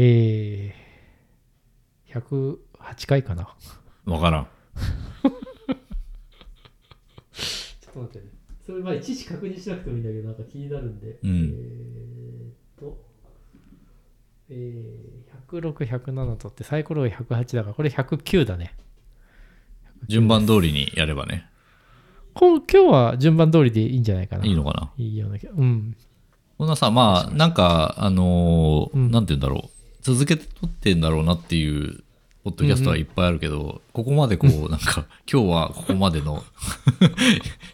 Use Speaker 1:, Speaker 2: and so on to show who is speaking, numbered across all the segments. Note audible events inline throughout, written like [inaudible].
Speaker 1: えー、108回かな。
Speaker 2: わからん。
Speaker 1: ちょっと待ってね。それ、まあ、いちいち確認しなくてもいいんだけど、なんか気になるんで。
Speaker 2: うん。
Speaker 1: えーっと、えー、106、107とって、サイコロが108だから、これ109だね。
Speaker 2: 順番通りにやればね、
Speaker 1: こう今日は順番通りでいいんじゃないかな。
Speaker 2: いいのかな。
Speaker 1: いいような気が。うん。
Speaker 2: こんなさ、まあ、なんか、あのー
Speaker 1: うん
Speaker 2: なんて言うんだろう。続けて撮ってんだろうなっていう、ポッドキャストはいっぱいあるけど、ここまでこう、なんか、今日はここまでの、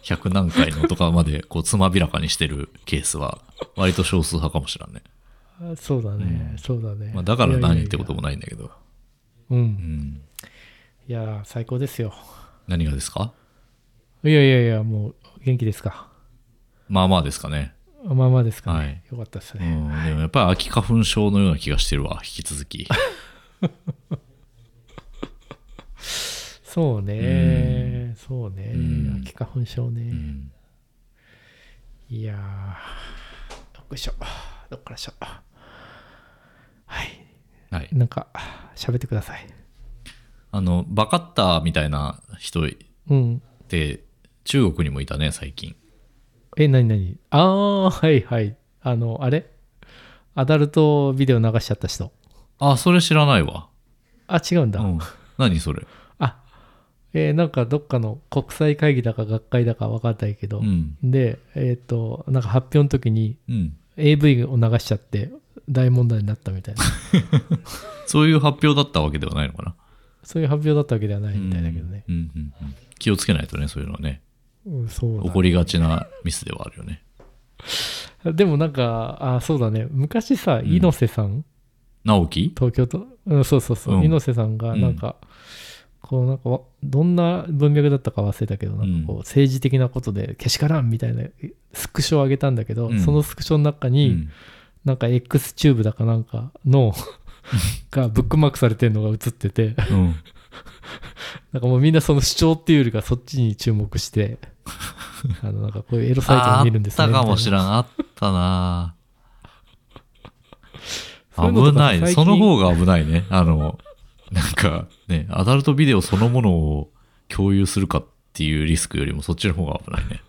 Speaker 2: 100何回のとかまで、こう、つまびらかにしてるケースは、割と少数派かもしれんね。
Speaker 1: あそうだね、
Speaker 2: うん
Speaker 1: そうだね。
Speaker 2: まあ、だから何ってこと
Speaker 1: も。
Speaker 2: もないんだけど。
Speaker 1: うん。
Speaker 2: うん。
Speaker 1: いやー、最高ですよ。
Speaker 2: 何がですか
Speaker 1: いやいやいや、もう、元気ですか。
Speaker 2: まあまあですかね。
Speaker 1: まあまあですかね。
Speaker 2: はい
Speaker 1: よかったです
Speaker 2: う
Speaker 1: ね。
Speaker 2: ん。でもやっぱり秋花粉症のような気がしてるわ、引き続 [laughs] き。
Speaker 1: そうね、そうね、
Speaker 2: うん
Speaker 1: 秋花粉症ね。
Speaker 2: うん。
Speaker 1: いやー、どっこいしょ、どっからしょ。はい、
Speaker 2: はい。
Speaker 1: なんか、喋ってください。
Speaker 2: あの、バカッターみたいな人
Speaker 1: うん。
Speaker 2: って中国にもいたね最近
Speaker 1: え、なになにあー、はいはい。あの、あれアダルトビデオ流しちゃった人。
Speaker 2: あそれ知らないわ、
Speaker 1: あ、違うん
Speaker 2: う
Speaker 1: だ。
Speaker 2: ん、何それ
Speaker 1: あ、えーなんかどっかの国際会議だか学会だか分かんないけど、
Speaker 2: うん
Speaker 1: で、えっ、と、なんか発表の時に
Speaker 2: うん、
Speaker 1: AV を流しちゃって大問題になったみたいな、
Speaker 2: そういう発表だったわけではないのかな
Speaker 1: そういう発表だったわけではないみたいだけどね。
Speaker 2: うんうんうん、気をつけないとねそういうのはね
Speaker 1: うん、そう
Speaker 2: 起こりがちなミスではあるよね
Speaker 1: だ。でもなんか、あ、そうだね、昔さ、
Speaker 2: ん
Speaker 1: 猪瀬さん、
Speaker 2: 直樹
Speaker 1: 東京都、うん、そうそうそう、
Speaker 2: うん
Speaker 1: 猪瀬さんがなんか、こうなんかわどんな文脈だったか忘れたけどなんかこう政治的なことでけしからんみたいなスクショを上げたんだけど、
Speaker 2: うん
Speaker 1: そのスクショの中に、
Speaker 2: うん
Speaker 1: なんか X チューブだかなんかのがブックマークされてるのが映ってて
Speaker 2: うん、
Speaker 1: なんかもうみんなその主張っていうよりかそっちに注目して
Speaker 2: [laughs]
Speaker 1: あのなんかこういうエロサイト
Speaker 2: あ
Speaker 1: を
Speaker 2: あ
Speaker 1: 見るんで
Speaker 2: っ
Speaker 1: すね
Speaker 2: たかもし
Speaker 1: い
Speaker 2: らんあったな
Speaker 1: そういうのとか
Speaker 2: 危ない
Speaker 1: 最近
Speaker 2: その方が危ないねあのなんかねアダルトビデオそのものを共有するかっていうリスクよりもそっちの方が危ないね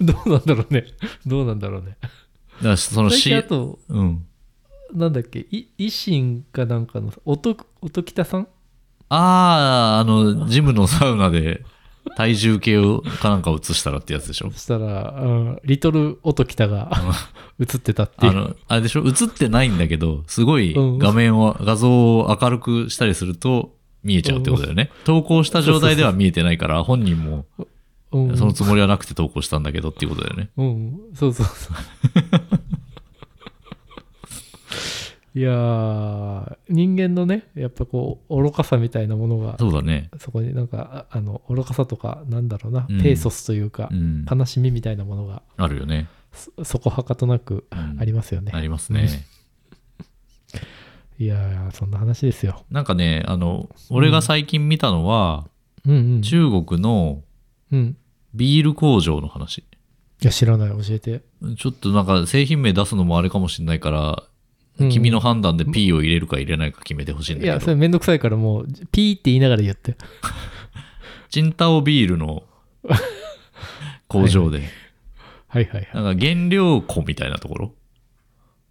Speaker 1: などうなんだろうね [laughs] どうなんだろうね
Speaker 2: だからその
Speaker 1: 最
Speaker 2: C
Speaker 1: 近あと
Speaker 2: うん。
Speaker 1: なんだっけい維新かなんかの音音北さん
Speaker 2: ああ、あの、ジムのサウナで体重計をかなんか移したらってやつでしょ
Speaker 1: そ。したら、うん、リトル音北が映ってたってい
Speaker 2: あ
Speaker 1: う
Speaker 2: の、あれでしょ映ってないんだけど、すごい
Speaker 1: うん
Speaker 2: 画面を、画像を明るくしたりすると見えちゃうってことだよね。投稿した状態では見えてないから、本人も
Speaker 1: うん
Speaker 2: そのつもりはなくて投稿したんだけどっていうことだよね。
Speaker 1: うん、そうそう
Speaker 2: [laughs]
Speaker 1: そう。いやー、人間のね、やっぱこう、愚かさみたいなものが、
Speaker 2: そうだね。
Speaker 1: そこになんか、ああの、愚かさとか、なんだろうな、
Speaker 2: うん
Speaker 1: ペーソスというか
Speaker 2: う、ん。
Speaker 1: 悲しみみたいなものが、
Speaker 2: あるよね。
Speaker 1: そそこはかとなく
Speaker 2: うん
Speaker 1: ありますよね。
Speaker 2: ありますね。
Speaker 1: いやー、そんな話ですよ。
Speaker 2: なんかね、あの、俺が最近見たのは、
Speaker 1: うんうん。
Speaker 2: 中国の
Speaker 1: うん。
Speaker 2: ビール工場の話。
Speaker 1: いや、知らない、教えて。
Speaker 2: ちょっとなんか製品名出すのもあれかもしれないから、
Speaker 1: うん
Speaker 2: 君の判断で P を入れるか入れないか決めてほしいん
Speaker 1: い
Speaker 2: だ
Speaker 1: や、
Speaker 2: け
Speaker 1: それ
Speaker 2: ど、
Speaker 1: めんどくさいから、もう、ピーって言いながら言って。
Speaker 2: チンタオビール
Speaker 1: [laughs]
Speaker 2: の工場で、
Speaker 1: はいはいはい。
Speaker 2: なんか原料庫みたいなところ、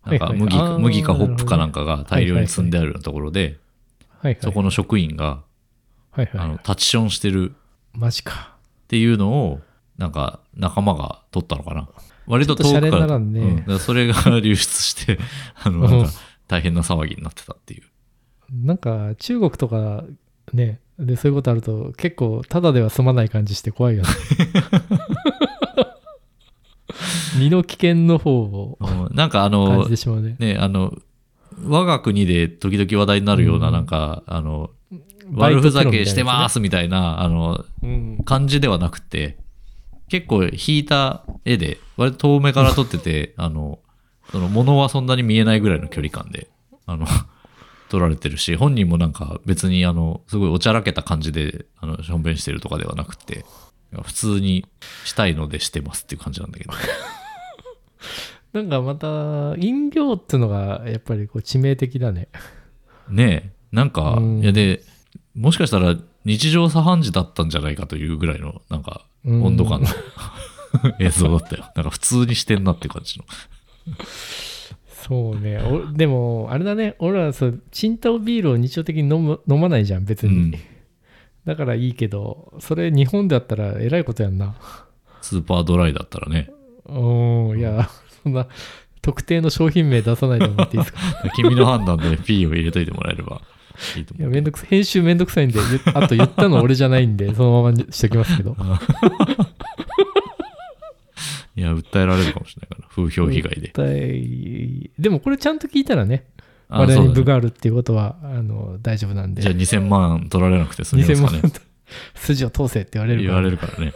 Speaker 2: なんか
Speaker 1: はいはい
Speaker 2: 麦
Speaker 1: あー
Speaker 2: 麦かホップか
Speaker 1: な
Speaker 2: な
Speaker 1: る
Speaker 2: ん
Speaker 1: ほ
Speaker 2: かが大量に積んであるようなところで、
Speaker 1: はいはい。
Speaker 2: そこの職員が
Speaker 1: はいはい
Speaker 2: あ
Speaker 1: は
Speaker 2: の
Speaker 1: い。
Speaker 2: タッチションしてる
Speaker 1: マジか。
Speaker 2: っていうのを、なんか仲間が取ったのかな。割と遠
Speaker 1: ちょっと
Speaker 2: く
Speaker 1: シャレ
Speaker 2: か
Speaker 1: にな
Speaker 2: ら、
Speaker 1: らんね
Speaker 2: うんだからそれが流出して、あのなんか大変な騒ぎになってたっていう。
Speaker 1: なんか中国とかね、でそういうことあると結構ただでは済まない感じして怖いよね。
Speaker 2: [laughs]
Speaker 1: 身の危険の方を
Speaker 2: うんなんかあ
Speaker 1: 感
Speaker 2: の
Speaker 1: じて、しまうね。
Speaker 2: ね、あの、我が国で時々話題になるような、
Speaker 1: うん
Speaker 2: なんか、あの、
Speaker 1: バイ
Speaker 2: 悪
Speaker 1: トテロ
Speaker 2: ふ
Speaker 1: みたいなやつね
Speaker 2: ざけしてますみたいな、あの、
Speaker 1: うん。
Speaker 2: 感じではなくて、結構引いた絵で、割と遠目から撮って
Speaker 1: [laughs]
Speaker 2: て、あの、その、物はそんなに見えないぐらいの距離感で、あの、撮られてるし、本人もなんか別に、あの、すごいおちゃらけた感じで、あの、しょんべんしてるとかではなくて、普通にしたいのでしてますっていう感じなんだけど。
Speaker 1: なんかまた飲料っていうのがやっぱりこう致命的だね
Speaker 2: ねえなんか、
Speaker 1: うん
Speaker 2: いやでもしかしたら日常茶飯事だったんじゃないかというぐらいのなんか
Speaker 1: うん
Speaker 2: [laughs] 温度感の [laughs] 映像だったよなんか普通にしてんなって感じの
Speaker 1: そうねおでもあれだね俺らそうチンタオビールを日常的に飲む飲まないじゃん別に、
Speaker 2: うん
Speaker 1: だからいいけどそれ日本だったらえらいことやんな
Speaker 2: スーパードライだったらね
Speaker 1: うんいや [laughs] そんな特定の商品名出さないでもらっていいですか
Speaker 2: 君の判断で P を入れといてもらえればいいと
Speaker 1: い
Speaker 2: 思
Speaker 1: や
Speaker 2: う
Speaker 1: めんどくさ編集めんどくさいんでゆあと言ったの俺じゃないんでそのままにしときますけど
Speaker 2: いや訴えられるかもしれないから風評被害で
Speaker 1: 絶対でもこれちゃんと聞いたらね
Speaker 2: あ
Speaker 1: 我
Speaker 2: そ
Speaker 1: 々に
Speaker 2: うだね
Speaker 1: 部があるっていうことはあの大丈夫なんで
Speaker 2: じゃあ2000万取られなくて済みます
Speaker 1: 2000
Speaker 2: か
Speaker 1: 万
Speaker 2: ね
Speaker 1: と筋を通せって言われる
Speaker 2: 言
Speaker 1: から
Speaker 2: われるからね。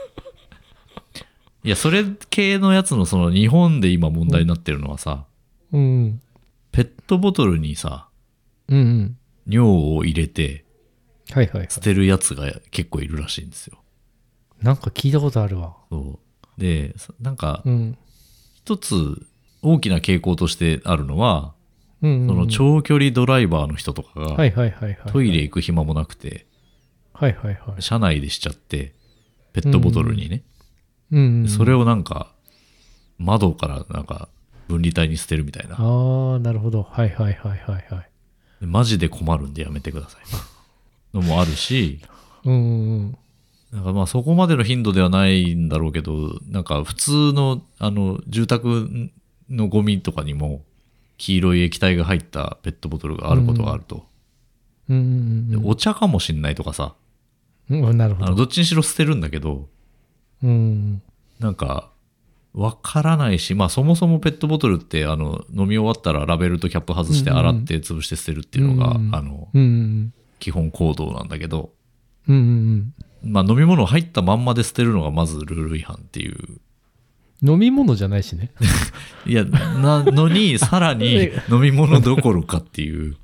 Speaker 2: いや、それ系のやつの、その日本で今問題になってるのはさ、
Speaker 1: うん
Speaker 2: ペットボトルにさ、
Speaker 1: うんうん
Speaker 2: 尿を入れて
Speaker 1: はいはい、はい、
Speaker 2: 捨てるやつが結構いるらしいんですよ。
Speaker 1: なんか聞いたことあるわ
Speaker 2: そうで、さなんか
Speaker 1: う、ん
Speaker 2: 一つ大きな傾向としてあるのは、
Speaker 1: うんうんうん
Speaker 2: その長距離ドライバーの人とか
Speaker 1: は
Speaker 2: が、
Speaker 1: いはいはいはい
Speaker 2: トイレ行く暇もなくて、
Speaker 1: はいはいはい
Speaker 2: 車内でしちゃって、ペットボトルにね、
Speaker 1: うんうん、
Speaker 2: それをなんか、窓からなんか分離帯に捨てるみたいな。
Speaker 1: ああなるほどはいはいはいはいはい
Speaker 2: マジで困るんでやめてください。のもあるし、
Speaker 1: うんうんうん
Speaker 2: なんかまあそこまでの頻度ではないんだろうけど、なんか普通のあの住宅のゴミとかにも黄色い液体が入ったペットボトルがあることがあると。
Speaker 1: うん
Speaker 2: でお茶かもしんないとかさ、
Speaker 1: うんうんうんなるほ
Speaker 2: あの
Speaker 1: ど
Speaker 2: どっちにしろ捨てるんだけど、
Speaker 1: うんうん
Speaker 2: なんかわからないし、まあそもそもペットボトルってあの飲み終わったらラベルとキャップ外して洗って潰して捨てるっていうのが、
Speaker 1: うん
Speaker 2: あの
Speaker 1: うんうん
Speaker 2: 基本行動なんだけど、
Speaker 1: うんうん
Speaker 2: まあ、飲み物入ったまんまで捨てるのがまずルール違反っていう。
Speaker 1: うん飲み物じゃないしね
Speaker 2: いや、
Speaker 1: [laughs]
Speaker 2: なのに、さらに飲み物どころかっていう。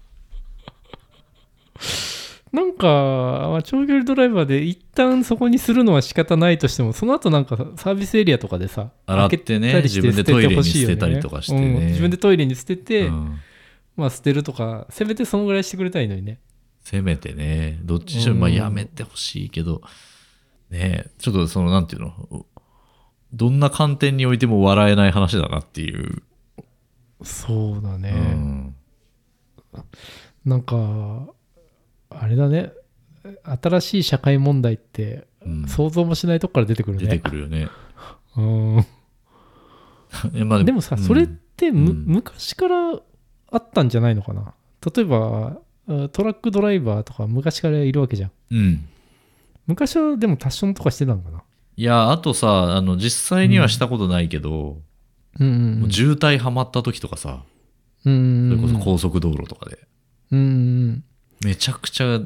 Speaker 1: なんか、まあ長距離ドライバーで一旦そこにするのは仕方ないとしても、その後なんかサービスエリアとかでさ、
Speaker 2: 洗ってね
Speaker 1: 開けたりし
Speaker 2: 自分でトイレに捨てたり
Speaker 1: ほしいよね
Speaker 2: とかしてね
Speaker 1: うん自分でトイレに捨てて、
Speaker 2: うん
Speaker 1: まあ捨てるとか、せめてそのぐらいしてくれたらいいのにね。
Speaker 2: せめてね、どっちにしろ、
Speaker 1: うん
Speaker 2: まあ、やめてほしいけど、ねえちょっとその、なんていうの、どんな観点においても笑えない話だなっていう。
Speaker 1: そうだ
Speaker 2: う
Speaker 1: ね。
Speaker 2: ん
Speaker 1: なんか、あれだね。新しい社会問題って
Speaker 2: うん
Speaker 1: 想像もしないとこから出てくるね。
Speaker 2: 出てくるよね。 [laughs]
Speaker 1: うん
Speaker 2: いやまあ
Speaker 1: でもさ、
Speaker 2: うん
Speaker 1: それってむ、
Speaker 2: うん
Speaker 1: 昔からあったんじゃないのかな例えばあトラックドライバーとか昔からいるわけじゃん
Speaker 2: うん。
Speaker 1: 昔はでもタッションとかしてたのかない
Speaker 2: や、あとさ、あの、実際にはしたことないけど、
Speaker 1: うんう
Speaker 2: もう渋滞はまった時とかさ、
Speaker 1: うん
Speaker 2: そ
Speaker 1: うん
Speaker 2: れこそ高速道路とかで、
Speaker 1: うんうん
Speaker 2: めちゃくちゃ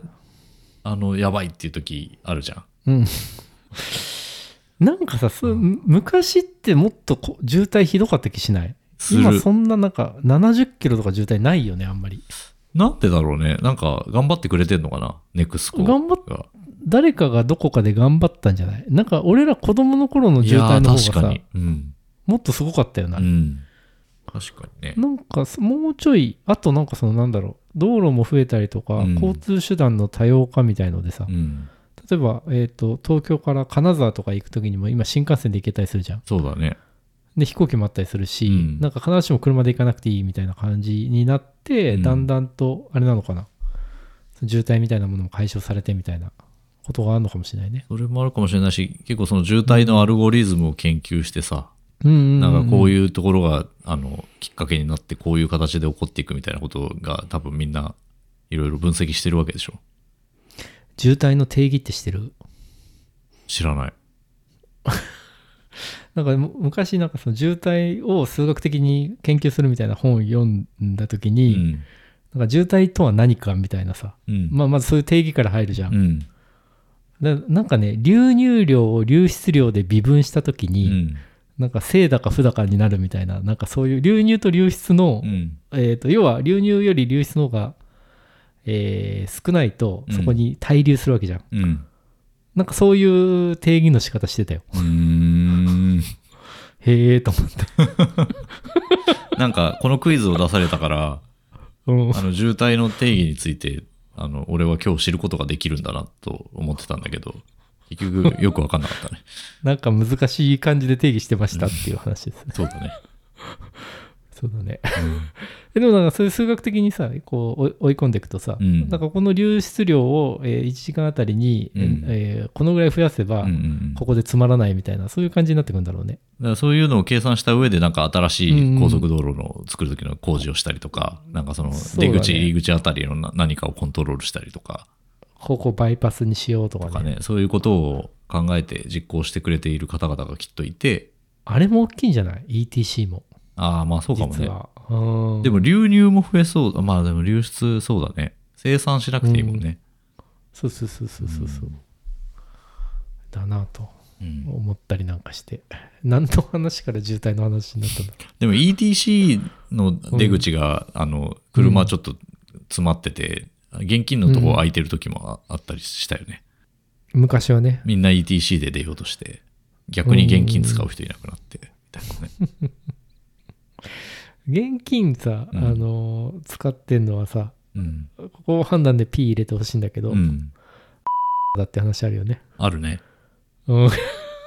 Speaker 2: あのやばいっていう時あるじゃん
Speaker 1: うん [laughs] なんかさ、そう昔ってもっとこ渋滞ひどかった気しない
Speaker 2: する
Speaker 1: 今そんななんか70キロとか渋滞ないよねあんまり
Speaker 2: なんでだろうねなんか頑張ってくれてんのかなネクスコ
Speaker 1: 頑張っ
Speaker 2: が
Speaker 1: 誰かがどこかで頑張ったんじゃないなんか俺ら子供の頃の
Speaker 2: い
Speaker 1: 渋
Speaker 2: や
Speaker 1: 滞
Speaker 2: ー
Speaker 1: の方が
Speaker 2: 確か
Speaker 1: さ
Speaker 2: にうん、
Speaker 1: もっとすごかったよな、
Speaker 2: うん、確かにね
Speaker 1: なんかそもうちょいあとなんかそのなんだろう道路も増えたりとか、
Speaker 2: うん
Speaker 1: 交通手段の多様化みたいのでさ、
Speaker 2: うん
Speaker 1: 例えば、えー、と東京から金沢とか行く時にも今新幹線で行けたりするじゃん
Speaker 2: そうだね
Speaker 1: で飛行機もあったりするし、
Speaker 2: うん
Speaker 1: なんか必ずしも車で行かなくていいみたいな感じになって、
Speaker 2: うん
Speaker 1: だんだんとあれなのかなその渋滞みたいなものも解消されてみたいなことがあるのかもしれないね。
Speaker 2: それもあるかもしれないし結構その渋滞のアルゴリズムを研究してさ、
Speaker 1: うんうんうん、
Speaker 2: なんかこう
Speaker 1: いう
Speaker 2: いうところがあのきっかけになってこういう形で起こっていくみたいなことが多分みんないろいろ分析してるわけでしょ
Speaker 1: 渋滞の定義ってしてる
Speaker 2: 知らない
Speaker 1: なんかむ昔なんかその渋滞を数学的に研究するみたいな本を読んだ時
Speaker 2: う
Speaker 1: に、
Speaker 2: ん
Speaker 1: なんか渋滞とは何かみたいなさ、
Speaker 2: うん
Speaker 1: まあ、まずそういう定義から入るじゃん
Speaker 2: う。ん
Speaker 1: だなんかね流入量を流出量で微分した時
Speaker 2: う
Speaker 1: に、
Speaker 2: ん
Speaker 1: なんか正だか負だかになるみたいななんかそういう流入と流出の、
Speaker 2: うん
Speaker 1: えー、と要は流入より流出の方が、えー少ないと
Speaker 2: うん
Speaker 1: そこに滞留するわけじゃん、
Speaker 2: うん
Speaker 1: なんかそういう定義の仕方してたよ
Speaker 2: うーん。
Speaker 1: へえと思って。
Speaker 2: なんか、このクイズを出されたから、
Speaker 1: [laughs] うん
Speaker 2: あの、渋滞の定義について、あの、俺は今日知ることができるんだなと思ってたんだけど、結局よくわかんなか
Speaker 1: [laughs]
Speaker 2: ったね。
Speaker 1: なんか難しい感じで定義してましたっていう話ですね。
Speaker 2: そうだね。
Speaker 1: そうだね。え [laughs] でもなんかそういう数学的にさこう追い追い込んでいくとさ、
Speaker 2: うん
Speaker 1: なんかこの流出量を、え1時間あたりに、
Speaker 2: うん
Speaker 1: えーこのぐらい増やせば、
Speaker 2: うんうんうんだ
Speaker 1: こ
Speaker 2: か
Speaker 1: こでつまらないみたいなそういう感じになってくんだろうね。
Speaker 2: らそういうのを計算した上で、なんか新しい高速道路の作る時の工事をしたりとか、なんかその
Speaker 1: そうだ
Speaker 2: 出
Speaker 1: ね
Speaker 2: 口、入り口あたりのな何かをコントロールしたりとか、
Speaker 1: ここバイパスにしようとかね
Speaker 2: とかね、そういうことを考えて実行してくれている方々がきっといて、
Speaker 1: あれも大きいんじゃない ?ETC も
Speaker 2: ああ、まあそうかも
Speaker 1: 実
Speaker 2: ね。
Speaker 1: は。うん
Speaker 2: でも流入も増えそう。まあでも流出そうだね。生産しなくていいもんね。
Speaker 1: そうそうそうそうそうそう。だなと
Speaker 2: うん
Speaker 1: 思ったりなんかして何の話から渋滞の話になったんだろ
Speaker 2: でも ETC の出口が、あの、車ちょっと詰まってて、現金のとこ空いてる時もああったりしたよね。
Speaker 1: う昔はね
Speaker 2: みんな ETC で出ようとして、逆に現金使う人いなくなって、みたいなね。
Speaker 1: 現金さ、
Speaker 2: うん
Speaker 1: あのー使ってんのはさ
Speaker 2: うん。
Speaker 1: ここ判断で P 入れてほしいんだけど、
Speaker 2: うん。
Speaker 1: だって話あるよね、
Speaker 2: あるね。
Speaker 1: うん、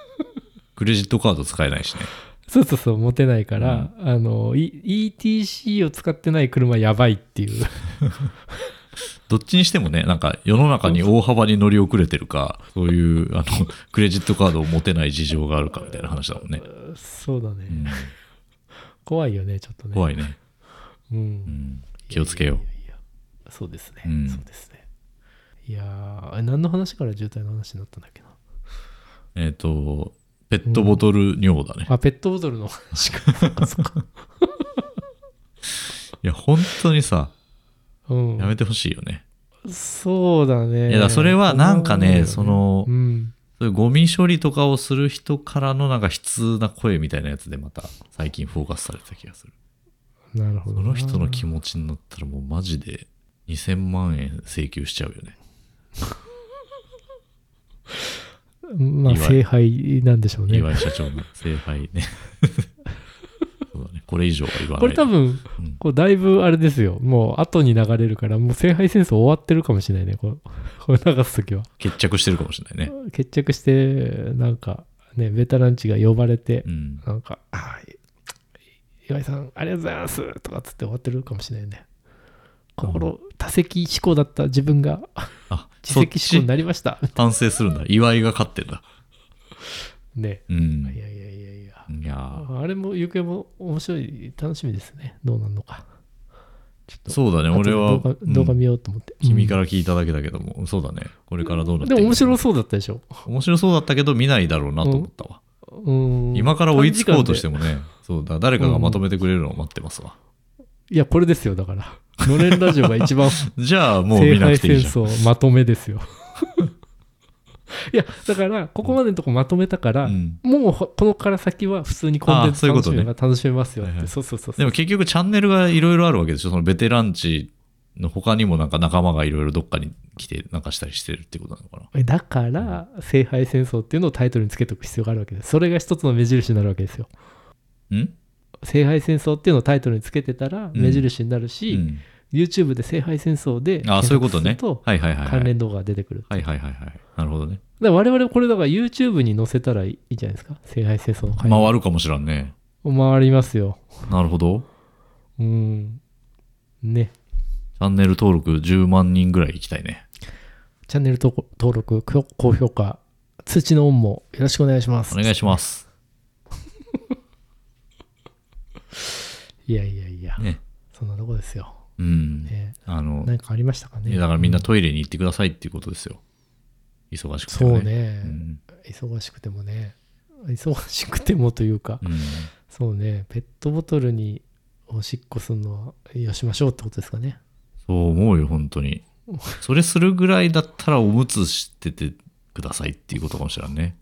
Speaker 1: [laughs]
Speaker 2: クレジットカード使えないしね。
Speaker 1: そうそうそう持てないから、あのー E- ETC を使ってない車やばいっていう
Speaker 2: どっちにしてもね、なんか世の中に大幅に乗り遅れてるか、そういう、あの、クレジットカードを持てない事情があるかみたいな話だもんね。
Speaker 1: そうだね、
Speaker 2: うん
Speaker 1: 怖いよねちょっとね
Speaker 2: 怖
Speaker 1: い、
Speaker 2: いね。
Speaker 1: う、
Speaker 2: うんん気をつけよ
Speaker 1: いやいやいやそうですね、
Speaker 2: うん
Speaker 1: そうですねいやーえ何の話から渋滞の話になったんだっけな
Speaker 2: う。えっと、ペットボトル尿だね。
Speaker 1: あペットボトルの話
Speaker 2: [laughs]
Speaker 1: かそっかそっか、
Speaker 2: いや、本当にさ、
Speaker 1: う
Speaker 2: や
Speaker 1: ん、
Speaker 2: めてほしいよね。
Speaker 1: そうだね
Speaker 2: いやだからそれはなんかねその
Speaker 1: うん
Speaker 2: そういうゴミ処理とかをする人からのなんか悲痛な声みたいなやつでまた最近フォーカスされた気がする。
Speaker 1: なるほ
Speaker 2: そ
Speaker 1: どな
Speaker 2: の人の気持ちになったらもうマジで2000万円請求しちゃうよね。
Speaker 1: まあ
Speaker 2: 祝い
Speaker 1: 聖杯なんでしょうね
Speaker 2: 岩井社長の聖杯ね。 [laughs] そうだね。これ以上は言わない。
Speaker 1: これ多分
Speaker 2: うん
Speaker 1: こうだいぶあれですよもう後に流れるからもう聖杯戦争終わってるかもしれないねこう [laughs] これ流す時は
Speaker 2: 決着してるかもしれないね。
Speaker 1: 決着してなんかねベテランチが呼ばれて
Speaker 2: うん。
Speaker 1: なんか「あー岩井さんありがとうございます」とかっつって終わってるかもしれないね心多席思考だった自分が
Speaker 2: あ、
Speaker 1: 知
Speaker 2: そっ
Speaker 1: 的思考
Speaker 2: ち
Speaker 1: になりました
Speaker 2: 反省するんだ。岩井が勝ってんだ。
Speaker 1: ね
Speaker 2: うん。
Speaker 1: いやいやいやいや
Speaker 2: いやー
Speaker 1: あれも行方も面白い楽しみですねどうなんのかちょっと
Speaker 2: そうだね。俺は
Speaker 1: 後で動画
Speaker 2: うん
Speaker 1: 動画見ようと思って、
Speaker 2: 君からら聞いただけだけども、そうだね。これからどうなって
Speaker 1: で
Speaker 2: い
Speaker 1: も
Speaker 2: くの
Speaker 1: 面白そうだったでしょ
Speaker 2: 面白そうだったけど見ないだろうなと思ったわ。
Speaker 1: うん
Speaker 2: 今から追いつこうとして
Speaker 1: も
Speaker 2: もね、そうだ、誰かがまとめてくれるのを待ってますわ。
Speaker 1: いやこれですよだからのれんラジオが一番
Speaker 2: じゃ [laughs] あもう
Speaker 1: 聖
Speaker 2: 見な
Speaker 1: 杯
Speaker 2: くて
Speaker 1: 戦
Speaker 2: いいじゃん。
Speaker 1: 争まとめですよ [laughs] いやだからここまでのとこまとめたから、
Speaker 2: うん
Speaker 1: もうこのから先は普通にコンテンツ
Speaker 2: あーそういうこ
Speaker 1: 楽
Speaker 2: と
Speaker 1: し
Speaker 2: ね
Speaker 1: めば楽しめますよって
Speaker 2: はいはい
Speaker 1: そうそうそうそう
Speaker 2: でも結局チャンネルがいろいろあるわけでしょ。そのベテランチの他にもなんか仲間がいろいろどっかに来てなんかしたりしてるってことなのかな。
Speaker 1: えだから聖杯戦争っていうのをタイトルにつけておく必要があるわけですそれが一つの目印になるわけですよ
Speaker 2: うん、
Speaker 1: 聖杯戦争っていうのをタイトルにつけてたら
Speaker 2: うん
Speaker 1: 目印になる
Speaker 2: う
Speaker 1: し、
Speaker 2: ん、
Speaker 1: YouTube で聖杯戦争で
Speaker 2: ああ、そういうことね
Speaker 1: 検索。す
Speaker 2: はいはいはい、
Speaker 1: る
Speaker 2: はい。
Speaker 1: 関連動画が出てくる、
Speaker 2: はいはいはいはい。なるほどね。
Speaker 1: だから我々これだから YouTube に載せたらいいじゃないですか聖杯戦争の回
Speaker 2: 回るかもしらんね。
Speaker 1: 回りますよ
Speaker 2: なるほど。
Speaker 1: うんね
Speaker 2: チャンネル登録10万人ぐらい行きたいね。
Speaker 1: チャンネル登録登録高高評価通知のオンもよろしくお願いします
Speaker 2: お願いします。
Speaker 1: いやいやいや、
Speaker 2: ね。
Speaker 1: そんなとこですよ、
Speaker 2: うん。
Speaker 1: ね、
Speaker 2: あの、
Speaker 1: 何かありましたかね
Speaker 2: ねだからみんなトイレに行ってくださいっていうことですよ。忙しくて
Speaker 1: そ
Speaker 2: も、
Speaker 1: うね、
Speaker 2: うん。
Speaker 1: 忙しくてもね忙しくてもというか、
Speaker 2: うん
Speaker 1: そうねペットボトルにおしっこするのはよしましょうってことですかね
Speaker 2: そう思うよ、本当に。それするぐらいだったらおむつしててくださいっていうことかもしれんね。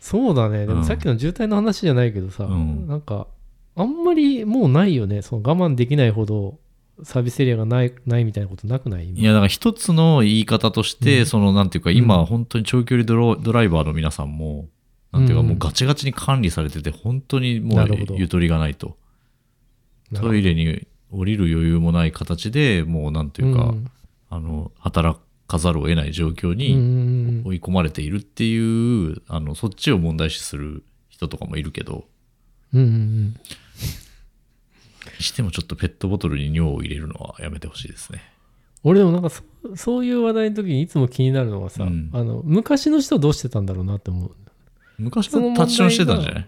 Speaker 1: そうだねで
Speaker 2: う
Speaker 1: も
Speaker 2: ん
Speaker 1: さっきの渋滞の話じゃないけどさ、
Speaker 2: うん
Speaker 1: なんかあんまりもうないよねその我慢できないほどサービスエリアがないないみたいなことなくない今
Speaker 2: いや、だから一つの言い方として、
Speaker 1: うん
Speaker 2: その、なんていうか、今、本当に長距離ドロドライバーの皆さんも、なんていうか、
Speaker 1: うん
Speaker 2: もうガチガチに管理されてて、本当にも
Speaker 1: な
Speaker 2: う
Speaker 1: るほど
Speaker 2: ゆとりがないと。
Speaker 1: なるほ
Speaker 2: ト
Speaker 1: ど
Speaker 2: イレに降りる余裕もない形で、もうなんていうか、
Speaker 1: ん
Speaker 2: あの、働かざるを得ない状
Speaker 1: う
Speaker 2: 況
Speaker 1: んう
Speaker 2: に
Speaker 1: んうん
Speaker 2: 追い込まれているっていう、あの、そっちを問題視する人とかもいるけど、
Speaker 1: うんうん
Speaker 2: してもちょっとペットボトルに尿を入れるのはやめてほしいですね。
Speaker 1: 俺でもなんかそそういう話題の時にいつも気になるのはさ、
Speaker 2: うん
Speaker 1: あの昔の人はどうしてたんだろうなって思う
Speaker 2: 昔はタッチョンしてたんじゃない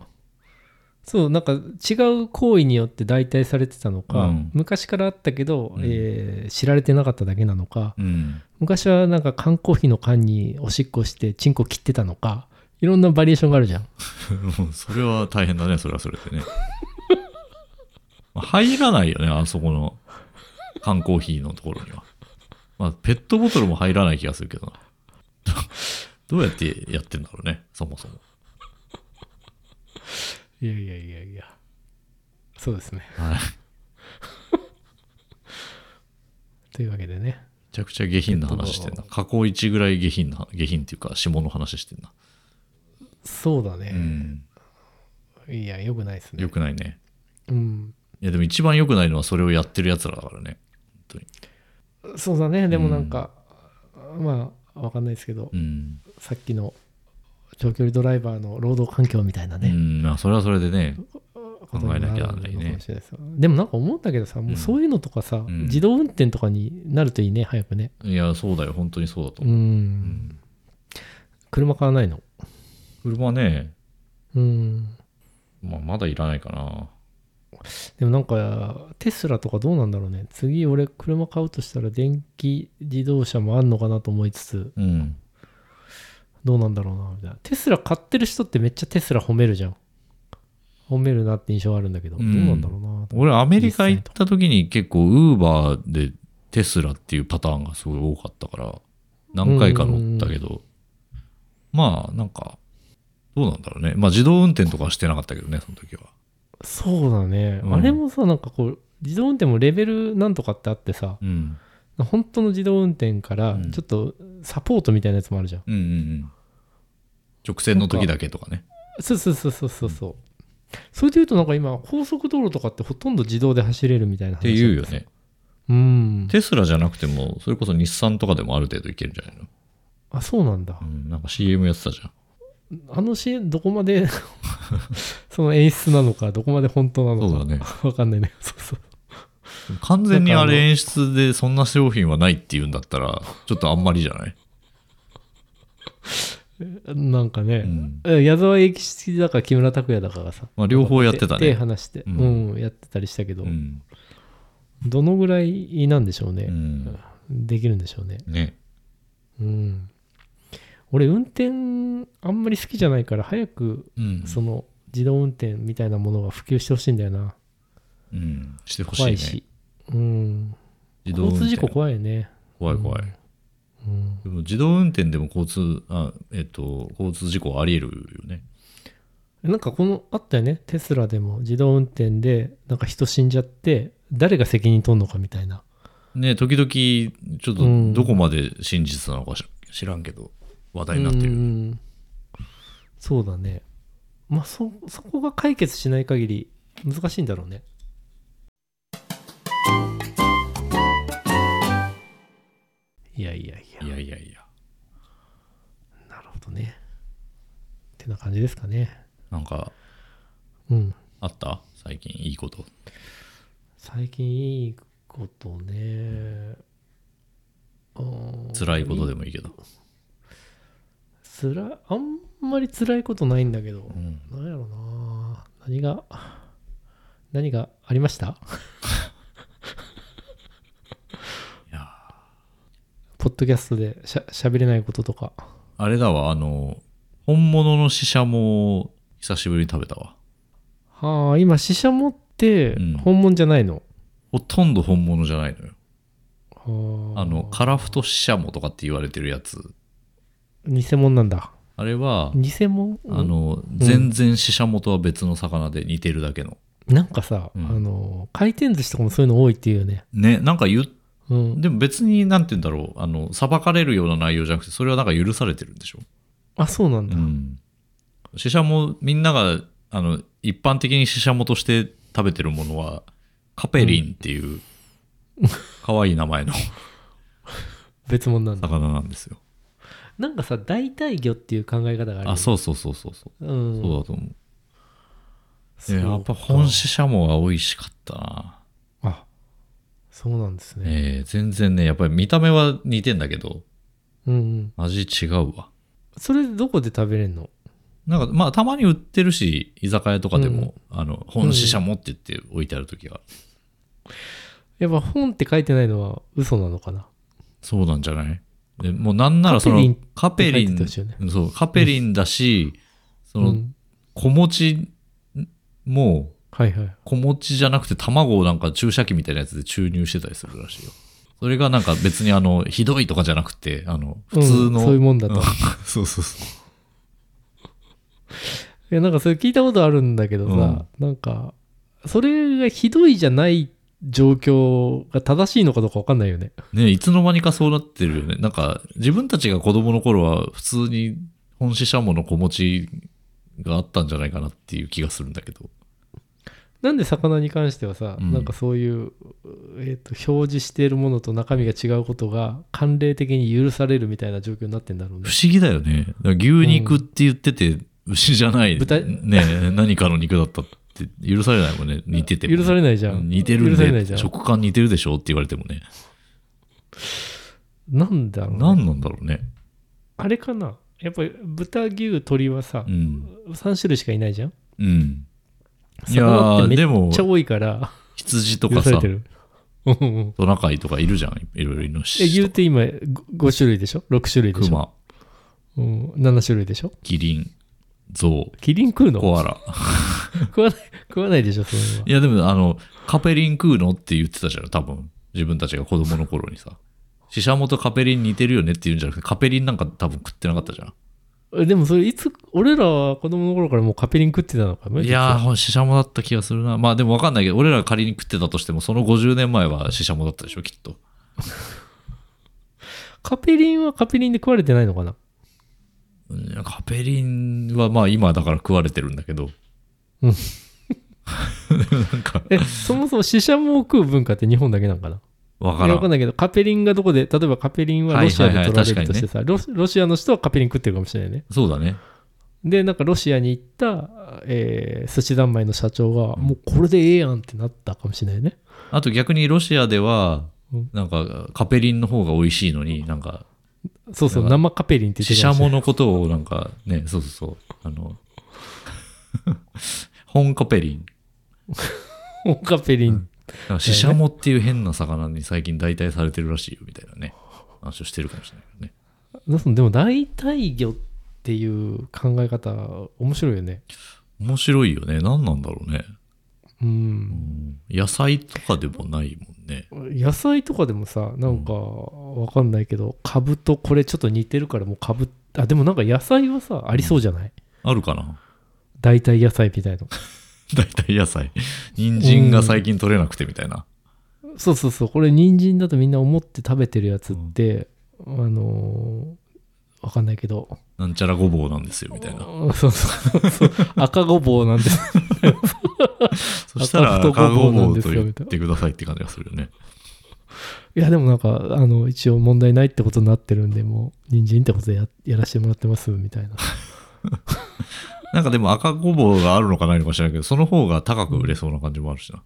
Speaker 1: そうなんか違う行為によって代替されてたのか、
Speaker 2: うん
Speaker 1: 昔からあったけど、
Speaker 2: うん
Speaker 1: えー知られてなかっただけなのか
Speaker 2: うん。
Speaker 1: 昔はなんか缶コーヒーの缶におしっこしてチンコ切ってたのかいろんなバリエーションがあるじゃん
Speaker 2: もう [laughs] それは大変だね、それはそれでね。 [laughs] まあ入らないよね、あそこの缶コーヒーのところには。まあ、ペットボトルも入らない気がするけどな。 [laughs] どうやってやってんだろうね、そもそも。
Speaker 1: いやいやいやいやそうですね
Speaker 2: はい。め
Speaker 1: というわけでね
Speaker 2: ちゃくちゃ下品な話してんな。加工一ぐらい下品な、下品っていうか、下の話してんな。
Speaker 1: そうだ
Speaker 2: う
Speaker 1: ね、
Speaker 2: ん。
Speaker 1: いやよくないですね
Speaker 2: よくないね。
Speaker 1: うん
Speaker 2: いや、でも一番良くないのはそれをやってる奴らだからね。本当に。
Speaker 1: そうだねでもなんか、まあわかんないですけど、
Speaker 2: うん。
Speaker 1: さっきの長距離ドライバーの労働環境みたいなね、
Speaker 2: うん、まあ、それはそれでね。
Speaker 1: 考えなきゃならない
Speaker 2: 考えなきゃならないね
Speaker 1: ね。でもなんか思ったけどさ、もうそういうのとかさ、
Speaker 2: ん
Speaker 1: 自動運転とかになるといいね、早くね。
Speaker 2: いや、そうだよ。本当にそうだと
Speaker 1: うん。
Speaker 2: 思
Speaker 1: 車買わないの。
Speaker 2: う。車ね、
Speaker 1: うん。
Speaker 2: まあ、まだいらないかな。
Speaker 1: でもなんか、テスラとかどうなんだろうね。次、俺、車買うとしたら電気自動車もあんのかなと思いつつ、
Speaker 2: うん。
Speaker 1: どうなんだろうな、みたいな。テスラ買ってる人ってめっちゃテスラ褒めるじゃん。褒めるなって印象あるんだけど、
Speaker 2: うん
Speaker 1: どうなんだろうなと。
Speaker 2: 俺、アメリカ行った時に結構、ウーバーでテスラっていうパターンがすごい多かったから、何回か乗ったけど、まあ、なんか、どうなんだろうね。まあ、自動運転とかはしてなかったけどね、その時は。
Speaker 1: そうだね、
Speaker 2: うん
Speaker 1: あれもさ、なんかこう、自動運転もレベルなんとかってあってさ、
Speaker 2: うん。
Speaker 1: 本当の自動運転から
Speaker 2: うん
Speaker 1: ちょっとサポートみたいなやつもあるじゃん、
Speaker 2: うんうんうん。直線の時だけとかね。
Speaker 1: そうそうそうそうそうそうそれでいうとなんか今高速道路とかってほとんど自動で走れるみたいな話
Speaker 2: っていうよね。
Speaker 1: うん
Speaker 2: テスラじゃなくても、それこそ日産とかでもある程度いけるんじゃないの
Speaker 1: あそうなんだ
Speaker 2: うん、なんか CM やってたじゃん。
Speaker 1: あのシーンどこまで [laughs] その演出なのかどこまで本当なのか
Speaker 2: そうだね
Speaker 1: わかんないね [laughs] そうそう
Speaker 2: 完全にあれ演出でそんな商品はないって言うんだったら、ちょっとあんまりじゃない
Speaker 1: なんか
Speaker 2: う
Speaker 1: ね、
Speaker 2: ん。
Speaker 1: え矢沢永吉だか木村拓哉だかがさ
Speaker 2: まあ両方やってた
Speaker 1: 手手
Speaker 2: ね。
Speaker 1: 離して、う
Speaker 2: う
Speaker 1: んんやってたりしたけど、
Speaker 2: うん。
Speaker 1: どのぐらいなんでしょう
Speaker 2: う
Speaker 1: ね、
Speaker 2: ん。
Speaker 1: できるんでしょうね
Speaker 2: ね。
Speaker 1: うん、俺運転あんまり好きじゃないから早く
Speaker 2: うん。
Speaker 1: その自動運転みたいなものが普及してほしいんだよな
Speaker 2: うん。してほしい
Speaker 1: 怖
Speaker 2: ね。
Speaker 1: いしうん
Speaker 2: 自動
Speaker 1: 交
Speaker 2: 運転
Speaker 1: 通事故怖いよね
Speaker 2: 怖い怖い。
Speaker 1: うん
Speaker 2: でも自動運転でも交通、あ、えっと、交通事故はあり得るよね。
Speaker 1: なんかこのあったよねテスラでも自動運転でなんか人死んじゃって誰が責任取るのかみたいな
Speaker 2: ね、時々、ちょっ
Speaker 1: う
Speaker 2: と
Speaker 1: ん
Speaker 2: どこまで真実なのかし知らんけど、話題になっ
Speaker 1: う
Speaker 2: て
Speaker 1: んう
Speaker 2: る。
Speaker 1: んそうだねまあそそこが解決しない限り難しいんだろうねいやいやいや
Speaker 2: いやいやいや。
Speaker 1: なるほどねってな感じですかね
Speaker 2: なんか、
Speaker 1: うん
Speaker 2: あった最近いいこと。
Speaker 1: 最近いいことねうん
Speaker 2: 辛いことでもいいけど。
Speaker 1: つらあんまり辛いことないんだけど
Speaker 2: う、ん。
Speaker 1: なんやろな何が何がありました
Speaker 2: いや
Speaker 1: ポッドキャストでしゃ喋れないこととか。
Speaker 2: あれだわ、あの、本物のシシャモを久しぶりに食べたわ。
Speaker 1: はあ、今、シシャモって
Speaker 2: うん
Speaker 1: 本物じゃないの。
Speaker 2: ほとんど本物じゃないのよ。
Speaker 1: は
Speaker 2: あの、カラフトシシャモとかって言われてるやつ。
Speaker 1: 偽物なんだ。
Speaker 2: あれは、
Speaker 1: 偽物
Speaker 2: あの、全然シシャモとは別の魚で似てるだけの。
Speaker 1: なんかさ、
Speaker 2: うん
Speaker 1: あの、回転寿司とかもそういうの多いっていうよね。
Speaker 2: ね、なんか言っ
Speaker 1: うん。
Speaker 2: でも別に、なんて言うんだろう、あの、裁かれるような内容じゃなくて、それはなんか許されてるんでしょ。
Speaker 1: あ、そうなん
Speaker 2: う
Speaker 1: だ。
Speaker 2: ん。シシャモ、みんなが、あの、一般的にシシャモとして食べてるものは、カペリンっていう、可愛い名前の [laughs]
Speaker 1: 別物なんだ
Speaker 2: 魚なんですよ。
Speaker 1: なんかさ代替魚っていう考え方がある
Speaker 2: あ、そうそうそうそうそう。
Speaker 1: う、うん、
Speaker 2: そうだと思う。
Speaker 1: そ
Speaker 2: え
Speaker 1: う
Speaker 2: やっぱ本シシャモは美味しかったな。
Speaker 1: あそうなんですね、
Speaker 2: えー全然ね、やっぱり見た目は似てんだけど、
Speaker 1: うんうん
Speaker 2: 味違うわ。
Speaker 1: それどこで食べれるの
Speaker 2: なんか、まあ、たまに売ってるし、居酒屋とかでも、あの、本シシャモって言って置いてある時は、
Speaker 1: やっぱ本って書いてないのは嘘なのかな
Speaker 2: そうなんじゃないでもうなんならそ
Speaker 1: カペリンって、書い
Speaker 2: のカペリン、
Speaker 1: てたしよね
Speaker 2: そう、カペリンだし、その、
Speaker 1: うん、
Speaker 2: 小餅も、
Speaker 1: はいはい
Speaker 2: 小餅じゃなくて卵をなんか注射器みたいなやつで注入してたりするらしいよ。それがなんか別にあの、ひどいとかじゃなくて、あの、普通
Speaker 1: うん
Speaker 2: の。
Speaker 1: そういうもんだと
Speaker 2: うん [laughs] そうそうそう。
Speaker 1: いやなんかそれ聞いたことあるんだけどさ、なんかそれがひどいじゃない状況が正しいのかどうか分かんないよね
Speaker 2: ねいつの間にかそうなってるよね。なんか、自分たちが子供の頃は普通に本シシャモの子持ちがあったんじゃないかなっていう気がするんだけど。
Speaker 1: なんで魚に関してはさ、
Speaker 2: うん
Speaker 1: なんかそういう、えー、と表示しているものと中身が違うことが慣例的に許されるみたいな状況になってんだろうね
Speaker 2: 不思議だよね。だから牛肉って言ってて、牛じゃない、
Speaker 1: 豚
Speaker 2: ね、何かの肉だったって許されないもんね。似ててもね、
Speaker 1: 許されないじゃん
Speaker 2: 似てる
Speaker 1: 許されない
Speaker 2: ん
Speaker 1: じゃ
Speaker 2: で、
Speaker 1: ん
Speaker 2: 食感似てるでしょって言われてもね。
Speaker 1: なんだろうね、
Speaker 2: 何なんだろうね。
Speaker 1: あれかなやっぱり豚牛鶏はさ
Speaker 2: う、ん。
Speaker 1: 3種類しかいないじゃん
Speaker 2: うん。いや
Speaker 1: 魚って
Speaker 2: ー、
Speaker 1: め
Speaker 2: で
Speaker 1: っ
Speaker 2: も
Speaker 1: ち、ゃ多いから
Speaker 2: 羊と
Speaker 1: 許
Speaker 2: か
Speaker 1: され
Speaker 2: さ
Speaker 1: て、るうんうん
Speaker 2: トナカイとかいるじゃん。いろいろい
Speaker 1: え言
Speaker 2: の
Speaker 1: う
Speaker 2: し。
Speaker 1: て今5種類でしょ6種類で
Speaker 2: ク
Speaker 1: しょ、
Speaker 2: マ、
Speaker 1: うん、7種類でしょ
Speaker 2: キリン、ゾウ、
Speaker 1: キリン食うの
Speaker 2: コアラ。
Speaker 1: 食わない食わないでしょそれはい
Speaker 2: やでもあの、カペリン食うのって言ってたじゃん、多分。自分たちが子供の頃にさ。シシャモとカペリン似てるよねって言うんじゃなくて、カペリンなんか多分食ってなかったじゃ
Speaker 1: えでもそれいつ俺らは子供の頃からもうカペリン食ってたのか
Speaker 2: ん。いやー、シシャモだった気がするな。まあでもわかんないけど、俺らが仮に食ってたとしても、その50年前はシシャモだったでしょ、きっと。
Speaker 1: カペリンはカペリンで食われてないのかな
Speaker 2: うんカペリンはまあ今だから食われてるんだけど。
Speaker 1: うん
Speaker 2: [laughs] なんか、
Speaker 1: えそもそもシシャモを食う文化って日本だけなんかな
Speaker 2: わ
Speaker 1: い
Speaker 2: か
Speaker 1: や
Speaker 2: ら
Speaker 1: わかん
Speaker 2: ん。
Speaker 1: ないけどカペリンがどこで例えばカペリンはロシアで取られるとしてさ、ロロシアの人はカペリン食ってるかもしれないね
Speaker 2: そうだね。
Speaker 1: でなんかロシアに行った、えー寿司三昧の社長が、もうこれでええやんってなったかもしれないね
Speaker 2: あと逆にロシアでは
Speaker 1: うん、
Speaker 2: なんかカペリンの方が美味しいのに、なんか
Speaker 1: そうそう
Speaker 2: だ
Speaker 1: 生カペリンって言ってた
Speaker 2: シシ
Speaker 1: かも
Speaker 2: ャ
Speaker 1: しれ
Speaker 2: モ
Speaker 1: ない
Speaker 2: のことをなんかね、そうそうそう、あの、 [laughs] 本カペリン。
Speaker 1: カペリン、
Speaker 2: なんかシシャモっていう変な魚に最近代替されてるらしいよみたいなね、話をしてるかもしれないけどね。
Speaker 1: なんかそのでも代替魚っていう考え方面白いよね
Speaker 2: 面白いよね。何なんだろうね。
Speaker 1: う
Speaker 2: うんん野菜とかでもないもんね。
Speaker 1: 野菜とかでもさなんかわかんないけど株とこれちょっと似てるからもう株あでもなんか野菜はさありそうじゃない
Speaker 2: あるかな [laughs]
Speaker 1: 代替野菜みたいな
Speaker 2: 代替野菜。人参が最近取れなくてみたいな。
Speaker 1: そうそうそうこれ人参だとみんな思って食べてるやつって、あのーわかんないけど
Speaker 2: なんちゃらごぼうなんですよみたいな。
Speaker 1: うんそうそうそう赤ごぼうなん [laughs] です
Speaker 2: そしたら
Speaker 1: 赤
Speaker 2: 赤
Speaker 1: 太ごぼ
Speaker 2: ご
Speaker 1: うな
Speaker 2: ぼ
Speaker 1: ん
Speaker 2: う
Speaker 1: です
Speaker 2: と
Speaker 1: よ
Speaker 2: 言ってくださいって感じがするよね。
Speaker 1: いやでもなんかあの一応問題ないってことになってるんでもう人参ってことでややらせてもらってますみた [laughs] いな
Speaker 2: なんかでも赤ごぼうがあるのかないのか知らないけど、その方が高く売れそうな感じもあるしな。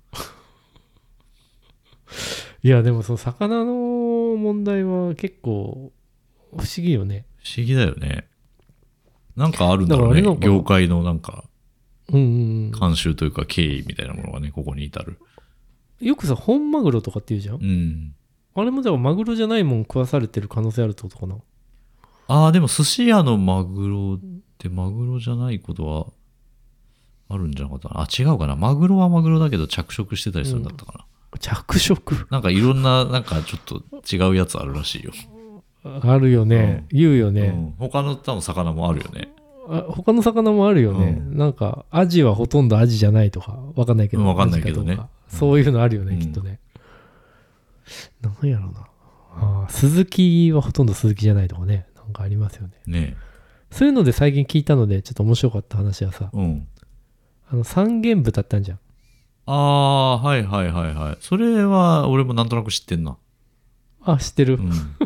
Speaker 1: いやでもその魚の問題は結構不思議よね
Speaker 2: 不思議だよね。なんかあるんだろ
Speaker 1: だからあ
Speaker 2: うね
Speaker 1: れなの。かな
Speaker 2: 業界のなんか、
Speaker 1: うんうんう
Speaker 2: 慣習というか経緯みたいなものがね、ここに至る。
Speaker 1: んよくさ本マグロとかって言うじゃん、
Speaker 2: うん。
Speaker 1: あれもだからマグロじゃないもん食わされてる可能性あるってことかな
Speaker 2: ああ、でも寿司屋のマグロってマグロじゃないことは、あるんじゃなかったかな。あ、違うかな。マグロはマグロだけど着色してたりするんだったかな。
Speaker 1: 着 [laughs] 色
Speaker 2: なんかいろんな、なんかちょっと違うやつあるらしいよ。
Speaker 1: あるよね、言うよね、
Speaker 2: うん、他の多分魚もあるよね。
Speaker 1: あ他の魚もあるよね、
Speaker 2: う
Speaker 1: なんかアジはほとんどアジじゃないとかわかんないけど、
Speaker 2: うんわかんないけど
Speaker 1: ア
Speaker 2: ね
Speaker 1: ジかうかそういうのあるよね、
Speaker 2: うん
Speaker 1: きっとねなんやろうなあー鈴木はほとんど鈴木じゃないとかねなんかありますよね
Speaker 2: ね
Speaker 1: そういうので最近聞いたのでちょっと面白かった話はさ
Speaker 2: うん。
Speaker 1: あの三元豚ってあるじゃん
Speaker 2: ああー、はいはいはいはい。それは俺もなんとなく知ってんな。
Speaker 1: あ知ってる、
Speaker 2: うん。
Speaker 1: [laughs]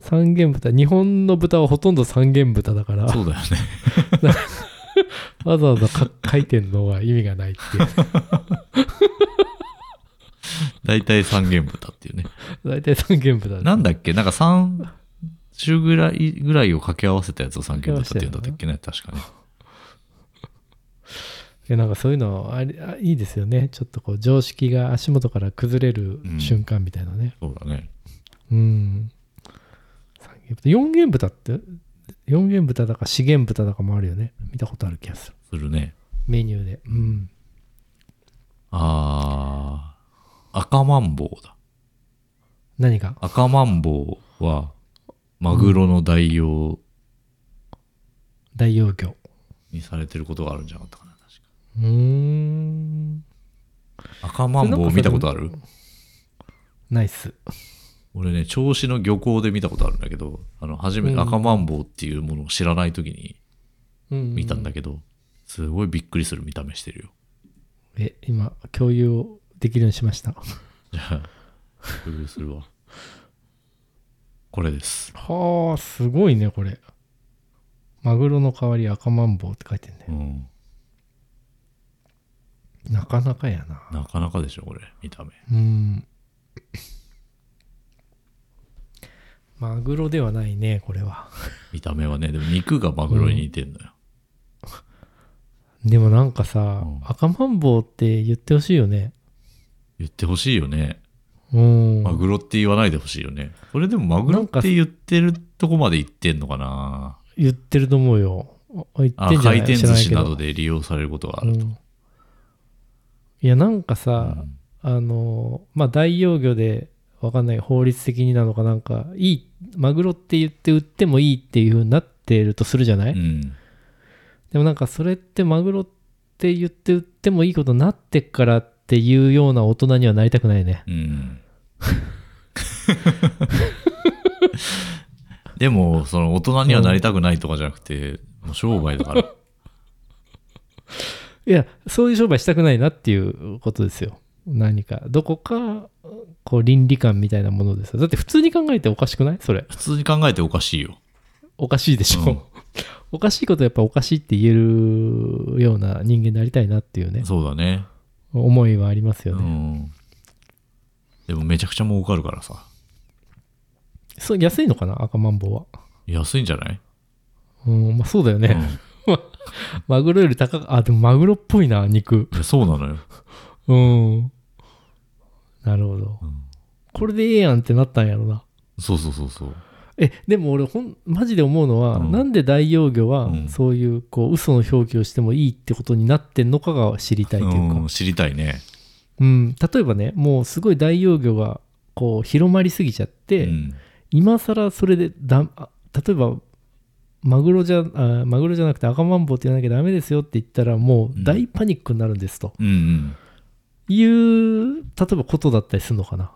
Speaker 1: 三元豚日本の豚はほとんど三元豚だから
Speaker 2: そうだよね。
Speaker 1: わざわざか [laughs] 書いてんのは意味がないっていう
Speaker 2: [laughs] 大体三元豚っていうね。
Speaker 1: 大体三元豚
Speaker 2: なんだっけなんか3種ぐらいぐらいを掛け合わせたやつを三元豚って言うんだったっけね確かね。
Speaker 1: いやなんかそういうのありあいいですよねちょっとこう常識が足元から崩れる
Speaker 2: うん
Speaker 1: 瞬間みたいなね
Speaker 2: そうだね。
Speaker 1: うん、三元豚四元豚って四元豚だか四元豚だかもあるよね見たことある気がする
Speaker 2: するね。
Speaker 1: メニューでうん
Speaker 2: ああ、赤マンボウだ。
Speaker 1: 何が
Speaker 2: 赤マンボウは、マグロの代用
Speaker 1: 大容魚
Speaker 2: にされてることがあるんじゃなかったかな。確
Speaker 1: うーん
Speaker 2: か赤マンボウ見たことある
Speaker 1: ナイス
Speaker 2: 俺ね、銚子の漁港で見たことあるんだけど、あの、初めて
Speaker 1: うん
Speaker 2: 赤マンボウっていうものを知らない時に見
Speaker 1: 見
Speaker 2: たんだけど、すごいびっくりする見た目してるよ。
Speaker 1: え今共有をできるようにしました
Speaker 2: じゃあ、共有するわ。これです。
Speaker 1: はあすごいねこれマグロの代わり赤マンボウって書いてんね
Speaker 2: うん。
Speaker 1: なかなかやな
Speaker 2: なかなかでしょ、これ、見た目。
Speaker 1: うん。マグロではないね、これは。
Speaker 2: 見た目はね、でも肉がマグロに似てるのよ。
Speaker 1: でもなんかさ、
Speaker 2: うん
Speaker 1: 赤マンボウって言ってほしいよね。
Speaker 2: 言ってほしいよね。
Speaker 1: うん。
Speaker 2: マグロって言わないでほしいよね。それでもマグロって言ってるとこまで言ってんのかな
Speaker 1: 言ってると思うよ。あ言って
Speaker 2: あ
Speaker 1: んじゃな
Speaker 2: 回
Speaker 1: い
Speaker 2: 転
Speaker 1: 知ら
Speaker 2: 寿
Speaker 1: ない
Speaker 2: 司
Speaker 1: けど
Speaker 2: などで利用されることがあ
Speaker 1: う
Speaker 2: る。
Speaker 1: んいや、なんかさ、
Speaker 2: うん
Speaker 1: あの、まあ、大養魚で、わかんない、法律的になのかなんか、いい、マグロって言って売ってもいいっていう風になってるとするじゃない、
Speaker 2: うん。
Speaker 1: でもなんかそれってマグロって言って売ってもいいことになってっからっていうような大人にはなりたくないね。
Speaker 2: うん。でも、その大人にはなりたくないとかじゃなくて、もう商売だから。
Speaker 1: いや、そういう商売したくないなっていうことですよ。何か、どこか、こう倫理観みたいなものですよだって普通に考えておかしくないそれ。
Speaker 2: 普通に考えておかしいよ。
Speaker 1: おかしいでしょ。
Speaker 2: うん
Speaker 1: おかしいことやっぱおかしいって言えるような人間になりたいなっていうね、
Speaker 2: そうだね。
Speaker 1: 思いはあります
Speaker 2: う
Speaker 1: よね。
Speaker 2: ん。でもめちゃくちゃ儲かるからさ。
Speaker 1: そう安いのかな赤マンボウは。
Speaker 2: 安いんじゃない、
Speaker 1: うん、まあそうだよ
Speaker 2: う
Speaker 1: ね。マグロより高く、あ、でもマグロっぽいな、肉。
Speaker 2: んいやそうなのよ。
Speaker 1: うん。なるほど。
Speaker 2: うん
Speaker 1: これでええやんってなったんやろな。
Speaker 2: そうそうそうそう。
Speaker 1: え、でも俺ほん、マジで思うのは、
Speaker 2: うん
Speaker 1: なんで大養魚は
Speaker 2: う、ん
Speaker 1: そういう、こう、嘘の表記をしてもいいってことになってんのかが知りたいという
Speaker 2: う
Speaker 1: か
Speaker 2: ん、。知りたいね。
Speaker 1: うん。例えばね、もうすごい大養魚が、こう、広まりすぎちゃっ
Speaker 2: う
Speaker 1: て、
Speaker 2: ん。
Speaker 1: 今更それでだ、あ例えば、マグロじゃあ、マグロじゃなくて赤マンボウって言わなきゃダメですよって言ったら、もう大パニックになるんですと。
Speaker 2: うんうん。
Speaker 1: いう、例えばことだったりするのかな。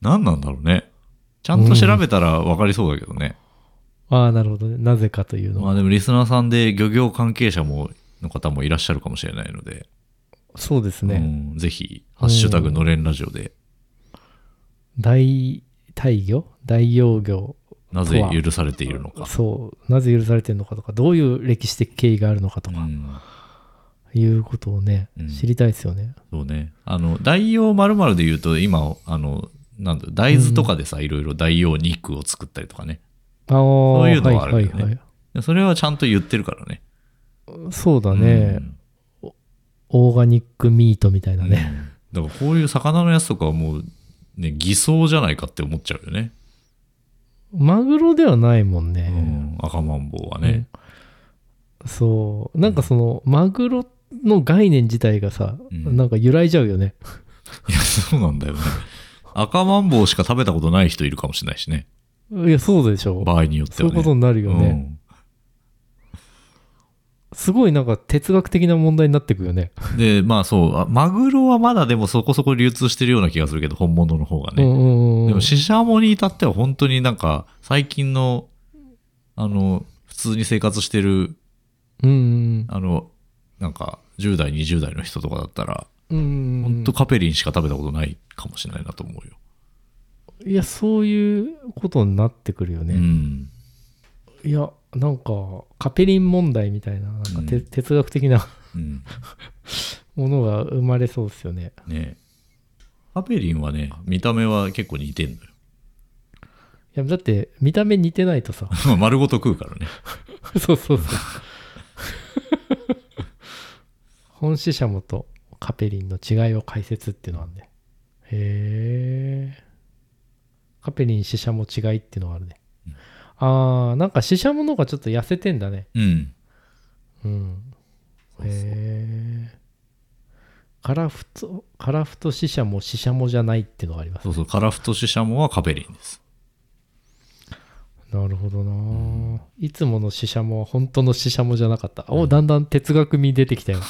Speaker 2: 何なんだろうね。ちゃんと調べたら分かりそうだけどね。
Speaker 1: ああ、なるほどね。なぜかというのは。
Speaker 2: まあでもリスナーさんで漁業関係者もの方もいらっしゃるかもしれないので、
Speaker 1: そうですね。
Speaker 2: うん、ぜひ、ハッシュタグのれんラジオで、
Speaker 1: 大大魚大養魚
Speaker 2: なぜ許されているのか。
Speaker 1: そう。なぜ許されてるのかとか、どういう歴史的経緯があるのかと
Speaker 2: う
Speaker 1: か、
Speaker 2: ん、
Speaker 1: いうことをね、
Speaker 2: うん
Speaker 1: 知りたいですよね。
Speaker 2: そうね。あの、代用〇〇で言うと、今、あの、なんだ大豆とかでさ、いろいろ代用肉を作ったりとかね。
Speaker 1: ああ、
Speaker 2: ういうのはあるよね
Speaker 1: はいはい
Speaker 2: それはちゃんと言ってるからね。
Speaker 1: はい。そうだね、オーガニックミートみたいな
Speaker 2: うん
Speaker 1: ね。
Speaker 2: うんだからこういう魚のやつとかはもう、ね、偽装じゃないかって思っちゃうよね。
Speaker 1: マグロではないもん
Speaker 2: う
Speaker 1: ね。
Speaker 2: ん、赤マンボウはね。
Speaker 1: そう。なんかその、マグロの概念自体がさ、
Speaker 2: うん
Speaker 1: なんか揺らいじゃうよね。
Speaker 2: いや、そうなんだよね。赤マンボウしか食べたことない人いるかもしれないしね。
Speaker 1: いや、そうでしょう。
Speaker 2: 場合によって
Speaker 1: そうい
Speaker 2: は
Speaker 1: う
Speaker 2: ね。
Speaker 1: ことになるよね。
Speaker 2: うん
Speaker 1: すごいなんか哲学的な問題になってくよね。
Speaker 2: で、まあそう、あマグロはまだでもそこそこ流通してるような気がするけど、本物の方が
Speaker 1: う
Speaker 2: ね。
Speaker 1: んうんうん。
Speaker 2: でも、シシャモに至っては本当になんか、最近の、あの、普通に生活してる、
Speaker 1: うんうん
Speaker 2: あの、なんか、10代、20代の人とかだったら、
Speaker 1: うん。うんうんう
Speaker 2: 本
Speaker 1: ん
Speaker 2: 当カペリンしか食べたことないかもしれないなと思うよ。
Speaker 1: いや、そういうことになってくるよ
Speaker 2: う
Speaker 1: ね。
Speaker 2: ん。
Speaker 1: いや、なんか、カペリン問題みたいな、なんかて、
Speaker 2: うん
Speaker 1: 哲学的な
Speaker 2: うん。
Speaker 1: ものが生まれそうですよね。
Speaker 2: ねカペリンはね、見た目は結構似てんのよ。 [laughs]
Speaker 1: いや、だって、見た目似てないとさ。
Speaker 2: まあ丸ごと食うからね。
Speaker 1: そうそうそう。本シシャモとカペリンの違いを解説っていうのがあるね。へえ。カペリン、シシャモ違いっていうのがあるね。あー、なんかシシャモの方がちょっと痩せてんだね。
Speaker 2: うん。
Speaker 1: うん。
Speaker 2: そうそう
Speaker 1: へえ。カラフト、カラフトシシャモ、シシャモじゃないっていうのがあります。
Speaker 2: そうそう、カラフトシシャモはカペリンです。
Speaker 1: なるほどな、いつものシシャモは本当のシシャモじゃなかった。お、だんだん哲学味出てき
Speaker 2: [laughs]
Speaker 1: たよ。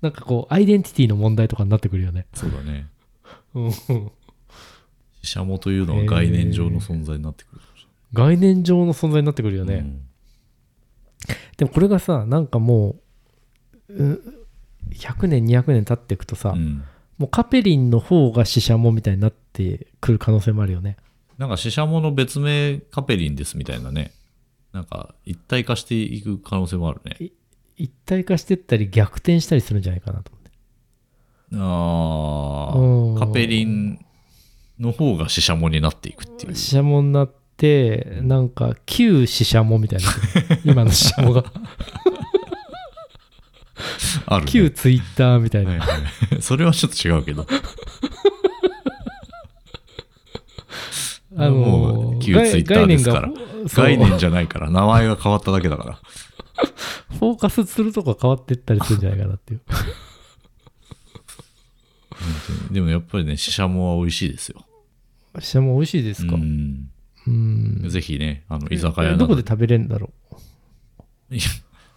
Speaker 1: なんかこう、アイデンティティの問題とかになってくるよね。
Speaker 2: そうだね。
Speaker 1: うん
Speaker 2: シシャモというのは概念上の存在になってくるかもし
Speaker 1: 概念上の存在になってくるよ
Speaker 2: れ
Speaker 1: ね。
Speaker 2: ない。
Speaker 1: でもこれがさ、なんかもう、う100年、200年経っていくとさ、
Speaker 2: うん。うん
Speaker 1: もうカペリンの方がシシャモみたいになってくる可能性もあるよね。
Speaker 2: なんかシシャモの別名カペリンですみたいなね。なんか一体化していく可能性もあるね。
Speaker 1: 一体化してったり逆転したりするんじゃないかなと思って。
Speaker 2: あ
Speaker 1: うん
Speaker 2: あ、カペリンの方がシシャモになっていく
Speaker 1: [laughs]
Speaker 2: っていう。
Speaker 1: シシャモになってなんか旧シシャモみ
Speaker 2: [laughs]
Speaker 1: たいな今のシシャモが
Speaker 2: ある、ね。
Speaker 1: 旧ツイッターみたいな、
Speaker 2: はいはい [laughs] それはちょっと違うけど。
Speaker 1: あ
Speaker 2: も
Speaker 1: の
Speaker 2: う旧ツイッターですから
Speaker 1: 概念がそう
Speaker 2: 概念じゃないから、名前が変わっただけだから。
Speaker 1: フォーカスするとこ変わってったりするんじゃないかなっていう
Speaker 2: でもやっぱりね、シシャモは美味しいですよ。
Speaker 1: シシャモ美味しいですか
Speaker 2: う
Speaker 1: うん
Speaker 2: んぜひね、あの居酒
Speaker 1: え
Speaker 2: 屋な
Speaker 1: どこ
Speaker 2: ど
Speaker 1: で食べれるんだろ
Speaker 2: いや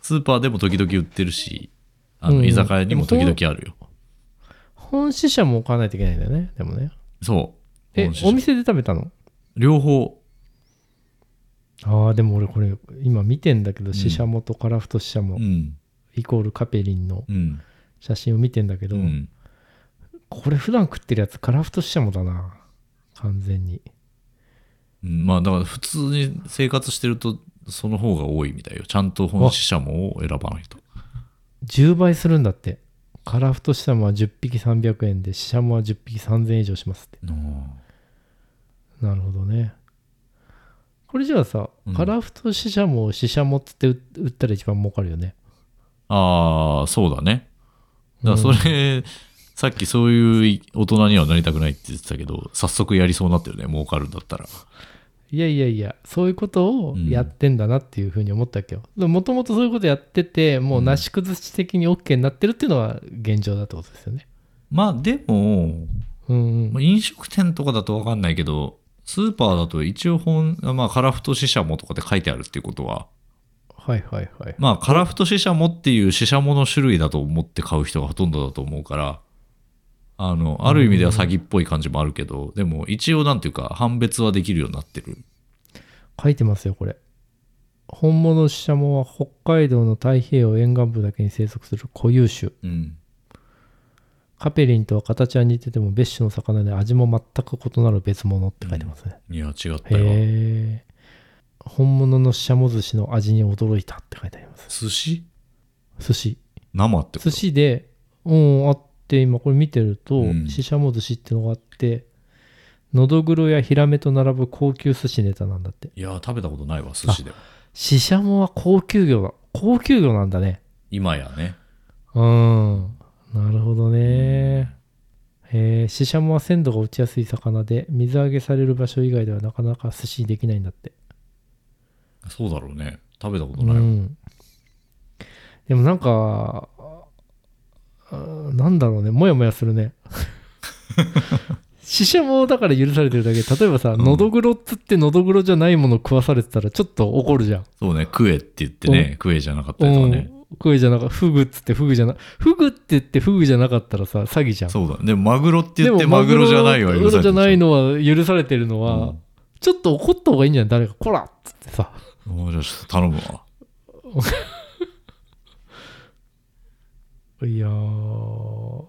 Speaker 2: スーパーでも時々売ってるし、あの
Speaker 1: うん
Speaker 2: 居酒屋にも時々あるよ。
Speaker 1: う本シシャモを買わないといけないんだよねでもね
Speaker 2: そう。
Speaker 1: え
Speaker 2: 本社
Speaker 1: お店で食べたの
Speaker 2: 両方。
Speaker 1: ああでも俺これ今見てんだけど、シシャモとカラフトシシャモ、
Speaker 2: うん。
Speaker 1: イコールカペリンの
Speaker 2: うん。
Speaker 1: 写真を見てんだけ
Speaker 2: う
Speaker 1: ど、
Speaker 2: ん。
Speaker 1: これ普段食ってるやつカラフトシシャモだな完全に
Speaker 2: うんまあだから普通に生活してるとその方が多いみたいよ。ちゃんと本支社もを選ばないと。
Speaker 1: 10倍するんだってカラフトシシャモは10匹300円でシシャモは10匹3000円以上しますって
Speaker 2: あ
Speaker 1: なるほどねこれじゃあさ、
Speaker 2: うん
Speaker 1: カラフトシシャモをシシャモっつって売売ったら一番儲かるよね
Speaker 2: あー、そうだね。だからそれ、 [laughs] さっきそういう大人にはなりたくないって言ってたけど、早速やりそうになってるね、儲かるんだったら。
Speaker 1: いやいやいやそういうことをやってんだなっていうふうに思ったわけよもともとそういうことやっててもうなし崩し的に OK になってるっていうのは現状だってことですよね
Speaker 2: まあでも、
Speaker 1: うんうん
Speaker 2: まあ飲食店とかだとわかんないけど、スーパーだと一応本、まあ、カラフトシシャモとかって書いてあるっていうことは、
Speaker 1: はいはいはい
Speaker 2: まあ、カラフトシシャモっていうシシャモの種類だと思って買う人がほとんどだと思うから、あの、ある意味では詐欺っぽい感じもあるけど、でも一応なんていうか判別はできるようになってる。
Speaker 1: 書いてますよこれ本物シシャモは北海道の太平洋沿岸部だけに生息する固有種
Speaker 2: うん。
Speaker 1: カペリンとは形は似てても別種の魚で味も全く異なる別物って書いてますね、
Speaker 2: いや、違った
Speaker 1: へ
Speaker 2: よ。
Speaker 1: え本物のシシャモ寿司の味に驚いたって書いてあります
Speaker 2: 寿司
Speaker 1: 寿司
Speaker 2: 生ってこ
Speaker 1: 寿
Speaker 2: と
Speaker 1: 司でうんあって今これ見てると、
Speaker 2: うん
Speaker 1: シシャモ寿司ってのがあってのどぐろやヒラメと並ぶ高級寿司ネタなんだって
Speaker 2: いや、食べたことないわ、寿司では。
Speaker 1: シシャモは高級魚だ高級魚なんだね
Speaker 2: 今やね。
Speaker 1: うん。なるほどね。えー、シシャモは鮮度が落ちやすい魚で、水揚げされる場所以外ではなかなか寿司にできないんだって。
Speaker 2: そうだろうね。食べたこと
Speaker 1: う
Speaker 2: ないわ。
Speaker 1: ん。でもなんか、
Speaker 2: [laughs]
Speaker 1: あなんだろうね、もやもやするね。死者もだから許されてるだけ例えばさ、
Speaker 2: ん
Speaker 1: のどぐろっつってのどぐろじゃないもの食わされてたらちょっと怒るじゃん。
Speaker 2: そうね、食えって言ってね、
Speaker 1: うん
Speaker 2: 食えじゃなかった
Speaker 1: う
Speaker 2: りとか
Speaker 1: ん、
Speaker 2: ね。
Speaker 1: 声じゃなかフグっつってフグじゃなフグって言ってフグじゃなかったらさ詐欺じゃん。
Speaker 2: そうだ。でも、マグロって
Speaker 1: で
Speaker 2: 言っ
Speaker 1: も
Speaker 2: て、マグロじゃないわ、
Speaker 1: マグロじゃないのは許されてるの
Speaker 2: う
Speaker 1: は、
Speaker 2: ん
Speaker 1: ちょっと怒った方がいいんじゃない誰かこらっつってさ
Speaker 2: もうじゃあちょっと頼むわ。
Speaker 1: いやー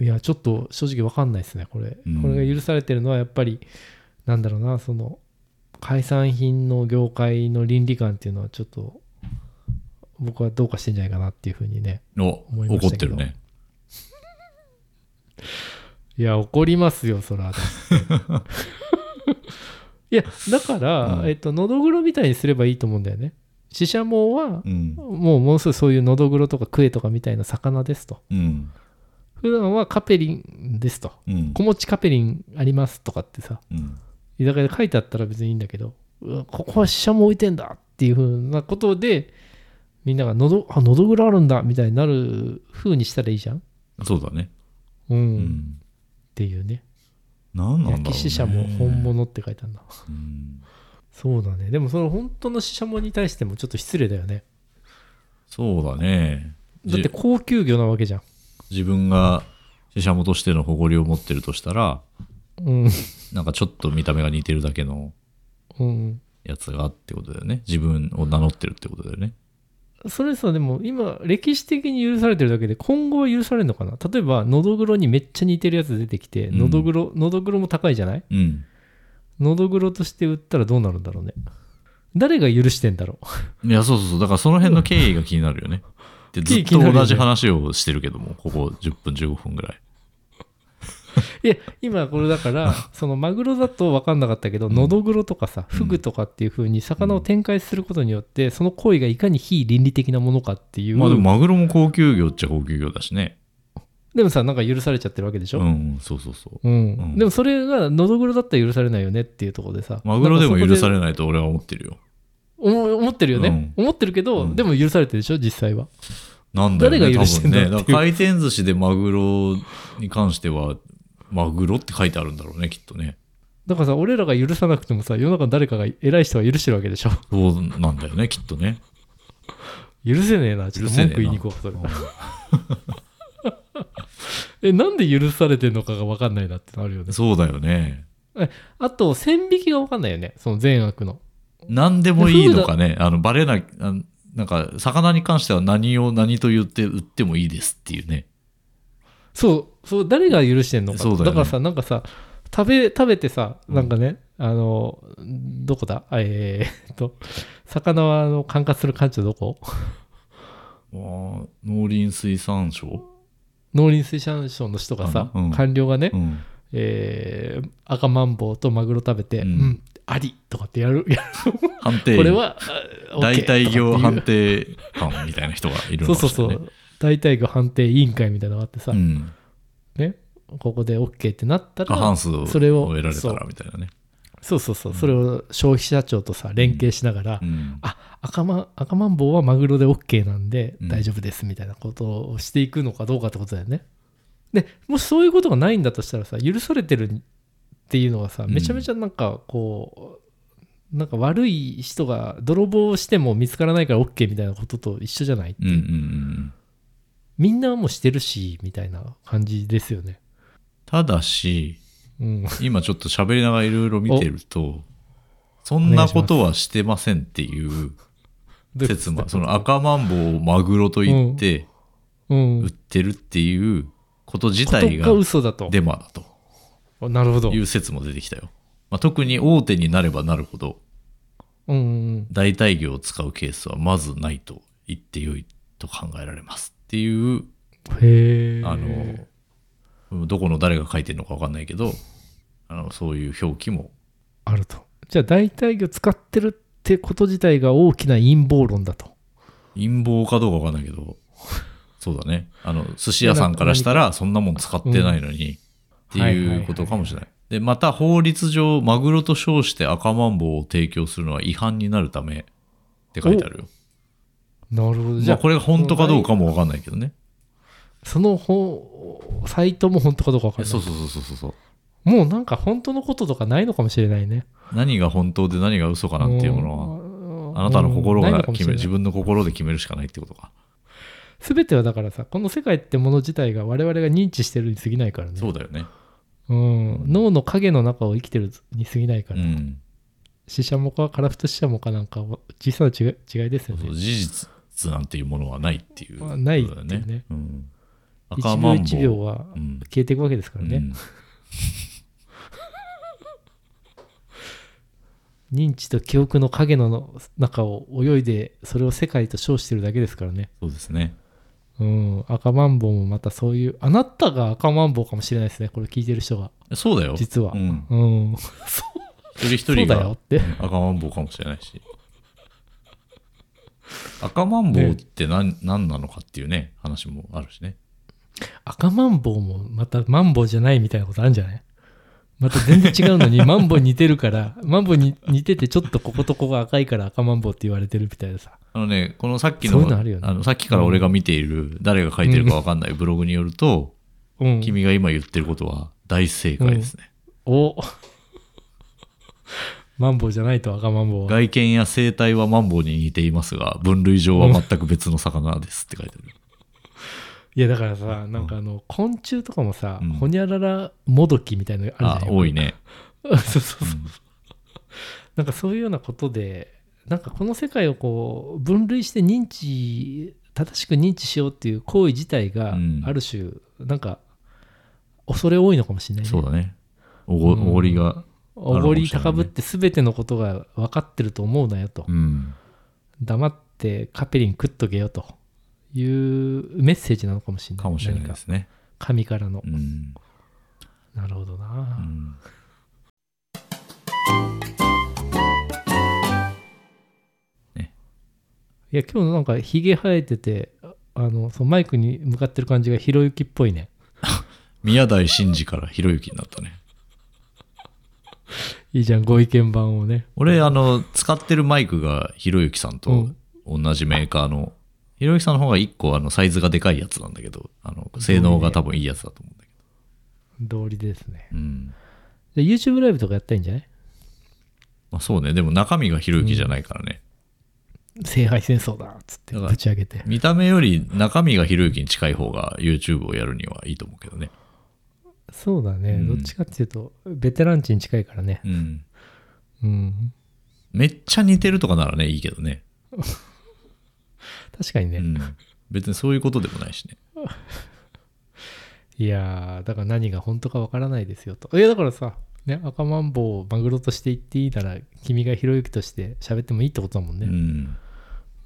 Speaker 1: いやちょっと正直わかんないですねこれ、
Speaker 2: うん
Speaker 1: これが許されてるのはやっぱりなんだろうなその海産品の業界の倫理観っていうのはちょっと僕はどうかしてんじゃないかなっていうふうにね
Speaker 2: お、
Speaker 1: 思いま
Speaker 2: 怒
Speaker 1: し
Speaker 2: ったて
Speaker 1: けど
Speaker 2: るね。
Speaker 1: いや怒りますよそ [laughs] らいやだから、
Speaker 2: うん
Speaker 1: えっとのどぐろみたいにすればいいと思うんだよねシシャモは
Speaker 2: うん。
Speaker 1: もうものすごいそういうのどぐろとかクエとかみたいな魚ですと
Speaker 2: うん。
Speaker 1: 普段はカペリンですと
Speaker 2: うん
Speaker 1: 小。持ちカペリンありますとかってさ
Speaker 2: うん。
Speaker 1: 居酒屋で書いてあったら別にいいんだけどうわここはシシャモ置いてんだっていうふうなことでみんながのどあのどぐろあるんだみたいになるふうにしたらいいじゃん
Speaker 2: そうだね。
Speaker 1: うん、
Speaker 2: う
Speaker 1: っ
Speaker 2: ん。
Speaker 1: ていうね
Speaker 2: 何なんだろう、
Speaker 1: 焼
Speaker 2: ね。
Speaker 1: きシシャモ本物って書いてあるな
Speaker 2: うん。
Speaker 1: そうだねでもその本当のシシャモに対してもちょっと失礼だよね
Speaker 2: そうだね。
Speaker 1: だって
Speaker 2: じ
Speaker 1: 高級魚なわけじゃん
Speaker 2: 自分がシシャモとしての誇りを持ってるとしたら、
Speaker 1: うん
Speaker 2: なんかちょっと見た目が似てるだけの
Speaker 1: うん
Speaker 2: やつがってことだよね。自分を名乗ってるってことだよね。
Speaker 1: それさでも今歴史的に許されてるだけで今後は許されるのかな例えばのどぐろにめっちゃ似てるやつ出てきて
Speaker 2: うん
Speaker 1: のどぐろのどぐろも高いじゃない
Speaker 2: うん。
Speaker 1: のどぐろとして売ったらどうなるんだろうね誰が許してんだろ
Speaker 2: いや、そうそうそう。だからその辺の経緯が気になるよね。でず
Speaker 1: 経
Speaker 2: っ
Speaker 1: 緯気にな
Speaker 2: と
Speaker 1: るよね
Speaker 2: 同じ話をしてるけども、ここ10分15分ぐらい。
Speaker 1: う [laughs] いや今これだから
Speaker 2: [laughs]
Speaker 1: そのマグロだと分かんなかったけどのどぐろとかさフグとかっていう風に魚を展開することによってその行為がいかに非倫理的なものかっていう、
Speaker 2: まあでもマグロも高級魚っちゃ高級魚だしね。
Speaker 1: でもさなんか許されちゃってるわけでし
Speaker 2: う
Speaker 1: ょ、う
Speaker 2: ん
Speaker 1: ん
Speaker 2: うん、そうそうそう。うん
Speaker 1: でもそれがのどぐろだったら許されないよねっていうところでさ
Speaker 2: マグロでも許
Speaker 1: れ
Speaker 2: されないと俺は思ってるよ。
Speaker 1: 思思ってるよね、思ってるけど、
Speaker 2: うん
Speaker 1: でも許されてるでしょ実際は
Speaker 2: なんだよね、
Speaker 1: 誰が許してんだっていう
Speaker 2: 多分ね。だから回転寿司でマグロに関しては、マグロって書いてあるんだろうね、きっとね。
Speaker 1: だからさ俺らが許さなくてもさ世の中の誰かが偉い人は許してるわけでしょ [laughs]
Speaker 2: そうなんだよね、きっとね。
Speaker 1: 許せねえなちょっと文句言いに行こうそれ [laughs] えなんで許されてるのかが分かんないなってなるよ
Speaker 2: うん
Speaker 1: ね
Speaker 2: そうだよね。
Speaker 1: あと線引きが分かんないよねその善悪の
Speaker 2: 何でもいいのかね。あの、バレな、あのなんか、魚に関しては何を何と言って売ってもいいですっていうね。
Speaker 1: そうそう誰が許してんのか
Speaker 2: そうだよね
Speaker 1: からさなんかさ食べ食べてさなんかね、あのどこだえー、っと魚はあの管轄する館長どこ
Speaker 2: あー農林水産省
Speaker 1: 農林水産省の人がさ、
Speaker 2: うん
Speaker 1: 官僚がね、
Speaker 2: うん。
Speaker 1: えー赤マンボウとマグロ食べて、う
Speaker 2: う
Speaker 1: んんありとかってやる、いや
Speaker 2: 判定。
Speaker 1: これは、あ OK
Speaker 2: 代替業
Speaker 1: とかって
Speaker 2: 判
Speaker 1: いう
Speaker 2: 定官みたいな人がいる
Speaker 1: そ
Speaker 2: の
Speaker 1: う
Speaker 2: か
Speaker 1: そうそ
Speaker 2: しれないね。
Speaker 1: う、代替魚判定委員会みたいなのがあってさ、
Speaker 2: うん。
Speaker 1: ね、ここで OK ってなった
Speaker 2: 過
Speaker 1: ら、
Speaker 2: 半数を
Speaker 1: それを
Speaker 2: 得られた
Speaker 1: そ
Speaker 2: らみたいなね。
Speaker 1: そうそうそう、それを消費者庁とさ、連携しながら、
Speaker 2: うん。
Speaker 1: あ赤マン赤マンボウはマグロで OK なんで
Speaker 2: うん
Speaker 1: 大丈夫ですみたいなことをしていくのかどうかってことだよね。でもしそういうことがないんだとしたらさ許されてるっていうのはさ
Speaker 2: ん
Speaker 1: めちゃめちゃなんかこう、なんか悪い人が泥棒しても見つからないから OK みたいなことと一緒じゃない、
Speaker 2: うんうんうんうん。
Speaker 1: みんなもうしてるしみたいな感じですよね。
Speaker 2: ただし、
Speaker 1: うん、
Speaker 2: 今ちょっと喋りながらいろいろ見てると、そんなことはしてませんっていう説も、その赤マンボウをマグロと言って
Speaker 1: うん
Speaker 2: 売ってるっていうこと自
Speaker 1: こと
Speaker 2: 体が
Speaker 1: が嘘だと。
Speaker 2: デマだと
Speaker 1: なるほど。
Speaker 2: いうう説も出てきたよ。まあ、特に大手になればなるほど、
Speaker 1: んうんうん、
Speaker 2: 代替業を使うケースはまずないと言ってよいと考えられますっていう、
Speaker 1: へえ。
Speaker 2: あの、どこの誰が書いてるのかわかんないけど、あのそういう表記も
Speaker 1: あると。じゃあ代替魚使ってるってこと自体が大きな陰謀論だと。
Speaker 2: 陰謀かどうかわかんないけど、そうだね。あの、寿司屋さんからしたら、そんなもん使ってないのに、っていうことかもしれない。で、また法律上、マグロと称して赤マンボウを提供するのは違反になるためって書いてあるよ。
Speaker 1: なるほど。じ
Speaker 2: ま
Speaker 1: ゃ
Speaker 2: あ、
Speaker 1: あ、
Speaker 2: これが本当かどうかもわかんないけどね。
Speaker 1: その本サイトも本当かどうか分か
Speaker 2: え
Speaker 1: んない。
Speaker 2: そうそうそうそうそう。
Speaker 1: もうなんか本当のこととかないのかもしれないね。
Speaker 2: 何が本当で何が嘘かなんていうもの
Speaker 1: の
Speaker 2: は、あなたの心が決める、自分の心で決めるしかないってことか。
Speaker 1: 全てはだからさこの世界ってもの自体が我々が認知してるに過ぎないからね
Speaker 2: そうだよね。
Speaker 1: うん、脳の影の中を生きてるに過ぎないか
Speaker 2: う
Speaker 1: ら、
Speaker 2: ん。
Speaker 1: シシャモカカラフトシシャモカなんかは小さな違い違いです
Speaker 2: そ
Speaker 1: よ
Speaker 2: うそう
Speaker 1: ね
Speaker 2: 事実なんていうものはないっていう、
Speaker 1: まあないっていうね
Speaker 2: ことだようん、
Speaker 1: 1
Speaker 2: 赤
Speaker 1: 秒
Speaker 2: マン
Speaker 1: 1秒
Speaker 2: ボウ。
Speaker 1: は
Speaker 2: うん
Speaker 1: 消えていくわけですから
Speaker 2: う
Speaker 1: ね、
Speaker 2: ん
Speaker 1: 認知と記憶の影の中を泳いでそれを世界と称してるだけですからね
Speaker 2: そうですね。
Speaker 1: うん赤マンボウもまたそういうあなたが赤マンボウかもしれないですねこれ聞いてる人が
Speaker 2: そうだよ。
Speaker 1: 実は
Speaker 2: うん、
Speaker 1: うん
Speaker 2: 一人一
Speaker 1: そう
Speaker 2: 人
Speaker 1: だよ
Speaker 2: が
Speaker 1: って
Speaker 2: 赤マンボウかもしれないし。赤マンボウって何,、何なのかっていうね、話もあるしね。
Speaker 1: 赤マンボウもまたマンボウじゃないみたいなことあるんじゃないまた全然違うの
Speaker 2: [laughs]
Speaker 1: にマンボウに似てるからマンボウに似ててちょっとこことここが赤いから赤マンボウって言われてるみたいなさ
Speaker 2: あのね、このさっき
Speaker 1: そ
Speaker 2: の、
Speaker 1: ういうのあるよね
Speaker 2: のさっきから俺が見ている、誰が書いてるかわかんないブログによると、
Speaker 1: うん
Speaker 2: 君が今言ってることは大正解ですね。
Speaker 1: お [laughs] マンボウじゃないと赤マンボウは
Speaker 2: 外見や生態はマンボウに似ていますが、分類上は全く別の魚ですって書いてある。
Speaker 1: いやだからさなんかあの昆虫とかもさ、
Speaker 2: うん
Speaker 1: ほにゃららもどきみたいなの [laughs] ある
Speaker 2: あ
Speaker 1: じゃ、ん
Speaker 2: 多いね。
Speaker 1: そう [laughs] そうそう、なんかそういうようなことでなんかこの世界をこう分類して認知正しく認知しようっていう行為自体が
Speaker 2: うん
Speaker 1: ある種、なんか恐れ多いのかもしれない、ね、
Speaker 2: そうだね。おご、
Speaker 1: うん
Speaker 2: おごりが。
Speaker 1: おごり高ぶって全てのことが分かってると思うなよと、
Speaker 2: うん。
Speaker 1: 黙ってカペリン食っとけよというメッセージなのかもしれない
Speaker 2: かもしれないで
Speaker 1: 何か
Speaker 2: すね。
Speaker 1: 神からの、
Speaker 2: うん。
Speaker 1: なるほど
Speaker 2: う
Speaker 1: な、
Speaker 2: ん
Speaker 1: いや今日なんかひげ生えててあのそのマイクに向かってる感じがひろゆきっぽいね
Speaker 2: 宮台真司からひろゆきになったね。
Speaker 1: いいじゃん、ご意見版をね。
Speaker 2: 俺、あの、使ってるマイクがひろゆきさん
Speaker 1: う
Speaker 2: と
Speaker 1: ん
Speaker 2: 同じメーカーの、ひろゆきさんの方が1個あのサイズがでかいやつなんだけど、あの性能が多分いいやつだと思うんだけ
Speaker 1: 道理ですね。
Speaker 2: ど。うん。
Speaker 1: で、YouTube ライブとかやったらいいんじゃない
Speaker 2: まあ、そうね。でも中身がひろゆきじゃないからね。
Speaker 1: 聖杯戦争だっつって
Speaker 2: だから
Speaker 1: ぶち上げて。
Speaker 2: 見た目より中身がひろゆきに近い方が YouTube をやるにはいいと思うけどね。
Speaker 1: そうだね、
Speaker 2: うん
Speaker 1: どっちかっていうと、ベテランチに近いからね。
Speaker 2: うん。
Speaker 1: うん。
Speaker 2: めっちゃ似てるとかならね、いいけどね。
Speaker 1: 確かにね。
Speaker 2: うん。別にそういうことでもないしね。
Speaker 1: いやー、だから何が本当かわからないですよと。いや、だからさ、ね、赤マンボウをマグロとして言っていいなら、君がひろゆきとして喋ってもいいってことだもん
Speaker 2: う
Speaker 1: ね。
Speaker 2: ん。